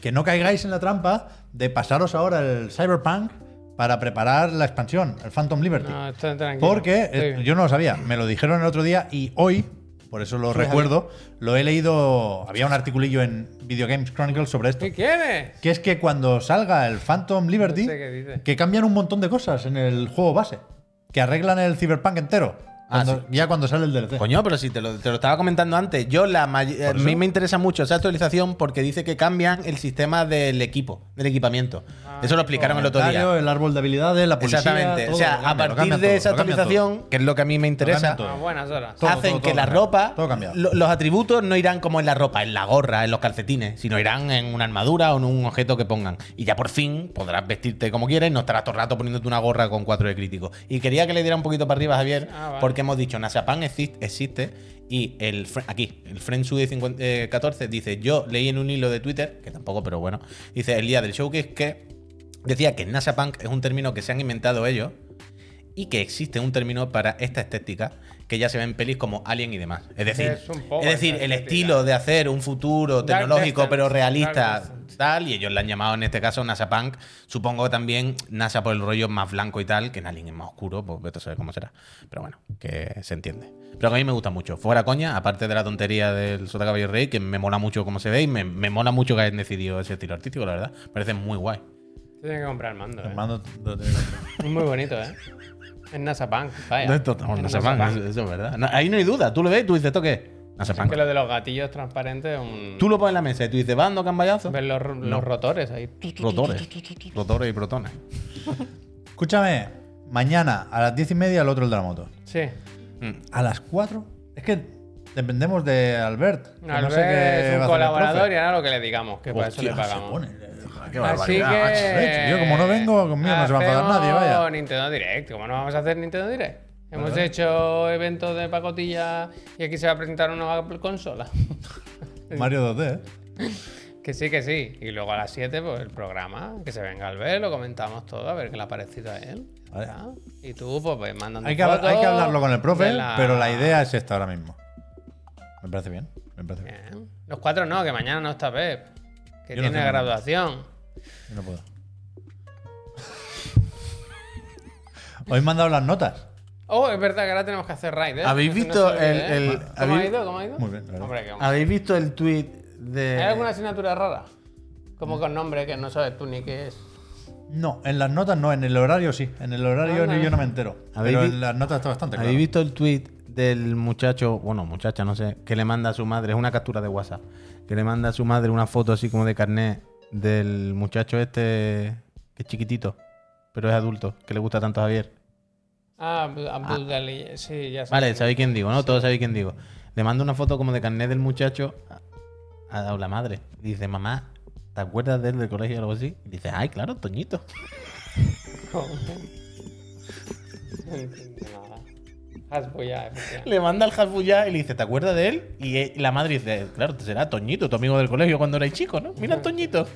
C: Que no caigáis en la trampa de pasaros ahora el Cyberpunk para preparar la expansión, el Phantom Liberty.
B: No, estoy Ah, tranquilo.
C: Porque
B: Estoy
C: eh,
B: bien.
C: yo no lo sabía, me lo dijeron el otro día y hoy, por eso lo recuerdo, lo he leído, había un articulillo en Video Games Chronicles sobre esto,
B: ¿Qué quieres?
C: que es que cuando salga el Phantom Liberty,
B: No sé qué dice.
C: que cambian un montón de cosas en el juego base, que arreglan el Cyberpunk entero,
A: Ah,
C: cuando- ya cuando sale el DLC.
A: Coño, pero si te lo, te lo estaba comentando antes, yo la may- a mí me interesa mucho esa actualización porque dice que cambian el sistema del equipo, del equipamiento. Eso lo explicaron el otro
C: Inventario,
A: día.
C: El árbol de habilidades, Ah, la policía.
A: Exactamente.
C: todo,
A: o sea,
C: lo
A: a
C: cambia, lo
A: partir
C: cambia
A: de
C: todo,
A: esa
C: lo cambia todo.
A: actualiza, que es lo que a mí me interesa,
C: cambian todo.
B: A Ah, buenas horas.
C: Todo,
A: hacen
C: todo,
A: que
C: todo
A: la
C: cambiado.
A: ropa,
C: Todo cambiado.
A: lo- los atributos no irán como en la ropa, en la gorra, en los calcetines, sino irán en una armadura o en un objeto que pongan. Y ya por fin podrás vestirte como quieras y no estarás todo el rato poniéndote una gorra con 4 de crítico. Y quería que le diera un poquito para arriba, Javier,
B: Ah, vale.
A: porque hemos dicho, Nasapan existe, existe y el fr- aquí, el Frensui 50, eh, 14 dice, yo leí en un hilo de Twitter, que tampoco, pero bueno, dice el día del showcase que decía que NASA Punk es un término que se han inventado ellos y que existe un término para esta estética que ya se ve en pelis como Alien y demás. Es decir,
B: Es un poco
A: es decir
B: esa
A: el
B: estética.
A: estilo de hacer un futuro
B: Dark
A: tecnológico
B: Distance,
A: pero realista
B: Dark Distance.
A: tal, y ellos le han llamado en este caso NASA Punk. Supongo también NASA por el rollo más blanco y tal, que en Alien es más oscuro, pues vete a saber cómo será. Pero bueno, que se entiende. Pero que a mí me gusta mucho. Fuera coña, aparte de la tontería del Sota Caballo y Rey, que me mola mucho como se ve y me, me mola mucho que hayan decidido ese estilo artístico, la verdad. Parece muy guay.
B: Tiene que comprar el mando. ¿eh?
C: El mando lo tiene que comprar.
B: Es muy bonito, ¿eh? Es NASA Punk. Vaya.
A: No, esto- no,
B: Es
A: NASA
B: NASA
A: Punk,
B: Punk.
A: eso- eso es verdad. No, ahí no hay duda. Tú lo ves y tú dices, ¿esto qué? es? NASA
B: Es
A: Punk.
B: que lo de los gatillos transparentes, un...
A: Tú lo pones en la mesa y tú dices, ¿bando cambayazo?
B: ves los, los rotores ahí.
A: Rotores. Rotores y protones.
C: Escúchame, mañana a las diez y media el otro el de la moto.
B: Sí.
C: A las 4. Es que dependemos de Albert. que no sé
B: Albert es
C: qué va
B: un
C: a hacer el
B: colaborador
C: profe.
B: y ahora lo que le digamos, que para eso
C: Hostia,
B: le
C: se
B: pagamos.
C: pone.
A: Ah,
C: ah,
A: Qué
B: Así
C: macho. De
B: que.
C: hecho, yo como no vengo, conmigo no se va a enfadar nadie, vaya.
B: hacemos Nintendo Direct, como no vamos a hacer Nintendo Direct. Hemos hecho eventos de pacotilla y aquí se va a presentar una nueva consola.
C: Mario 2D, ¿eh?
B: que sí, que sí. Y luego a las 7, pues el programa, que se venga al ver, lo comentamos todo, a ver qué le ha parecido a él.
C: Vale.
B: Ah, Y tú, pues, pues mandando
C: Hay que, hablar- hay que hablarlo con el profe, pero la idea es esta ahora mismo. Me parece bien. Me parece bien.
B: Bien. Los cuatro no, que mañana no está Pep. Que
C: Yo no
B: tiene
C: tengo
B: graduación.
C: Yo no puedo. Hoy me han dado las notas.
B: Oh, es verdad que ahora tenemos que hacer raid, ¿eh?
D: ¿Habéis
B: Que no
D: visto
B: se olvide,
D: el-
B: ¿eh?
D: el-
B: ¿Cómo ha
D: habéis-
B: ido? ¿Cómo ha ido?
C: Muy bien, Eh, claro.
B: Hombre, qué guay.
D: ¿Habéis visto el tweet de.
B: ¿Hay alguna asignatura rara? Como con nombre que no sabes tú ni qué es.
C: No, en las notas no, en el horario sí. En el horario
B: Anda.
C: ni yo no me entero.
A: ¿Habéis
C: Pero
A: vi-
C: en las notas está bastante claro.
A: ¿Habéis visto el tweet del muchacho, bueno, muchacha, no sé, que le manda a su madre, es una captura de WhatsApp, que le manda a su madre una foto así como de carnet del muchacho este, que es chiquitito, pero es adulto, que le gusta tanto a Javier?
B: Ah, Abdul Abdul Gali- sí, ya sé.
A: Vale, sabéis quién digo, ¿no? Todos sabéis quién digo. Le manda una foto como de carnet del muchacho a, a la madre. Y Dice, mamá, ¿te acuerdas de él del colegio o algo así? Y dice, ay, claro, Toñito.
B: No entiendo nada. Hasbo ya, efectivamente.
A: Le manda al Hasbuya y le dice, ¿te acuerdas de él? Y eh, la madre dice, claro, será Toñito, tu amigo del colegio cuando erais chico, ¿no? Mira, Toñito.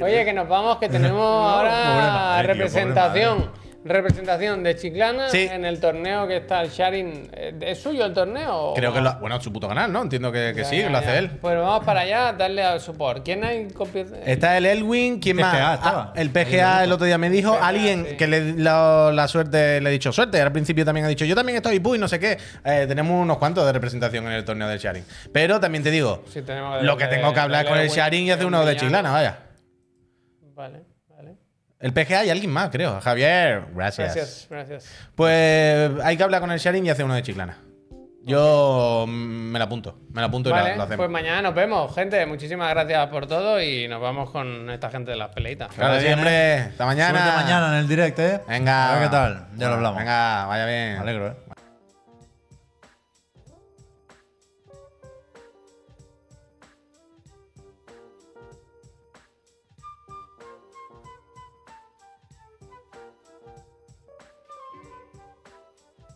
B: Oye, que nos vamos, que tenemos ahora
C: pobre madre, tío,
B: representación. representación de Chiclana
A: Sí.
B: en el torneo que está el Sharing. Eh, ¿Es suyo el torneo? o
A: Creo que
B: no?
A: lo, bueno, su puto canal, ¿no? Entiendo que, que
B: Ya,
A: sí,
B: ya,
A: lo hace
B: ya.
A: él.
B: Pues vamos para allá, darle al support. ¿Quién hay copi-
A: Está el Elwin, ¿quién
C: PGA
A: más?
C: estaba.
A: Ah, el PGA el otro día me dijo,
B: PGA,
A: alguien
B: sí.
A: que le la, la suerte le he dicho suerte, al principio también ha dicho, yo también estoy puy, no sé qué. Eh, tenemos unos cuantos de representación en el torneo del Sharing. Pero también te digo,
B: Sí, tenemos de-
A: lo que
B: de-
A: tengo que hablar
B: de
A: con el
B: Elwin,
A: Sharing y hacer
B: de
A: uno de
B: Millán.
A: Chiclana, vaya.
B: Vale, vale.
A: El PGA y alguien más, creo. Javier, gracias.
B: Gracias, gracias.
A: Pues hay que hablar con el Sharing y hacer uno de Chiclana. Yo mm, me la apunto, me la apunto y la-
B: Vale,
A: lo hacemos.
B: pues mañana nos vemos, gente. Muchísimas gracias por todo y nos vamos con esta gente de las peleitas.
A: Claro,
C: Ahora viene-
A: siempre. Hasta mañana.
C: Suerte mañana en el directo, ¿eh?
A: Venga.
C: A ver qué tal. Ya lo hablamos.
A: Venga, vaya bien.
C: Me alegro, ¿eh?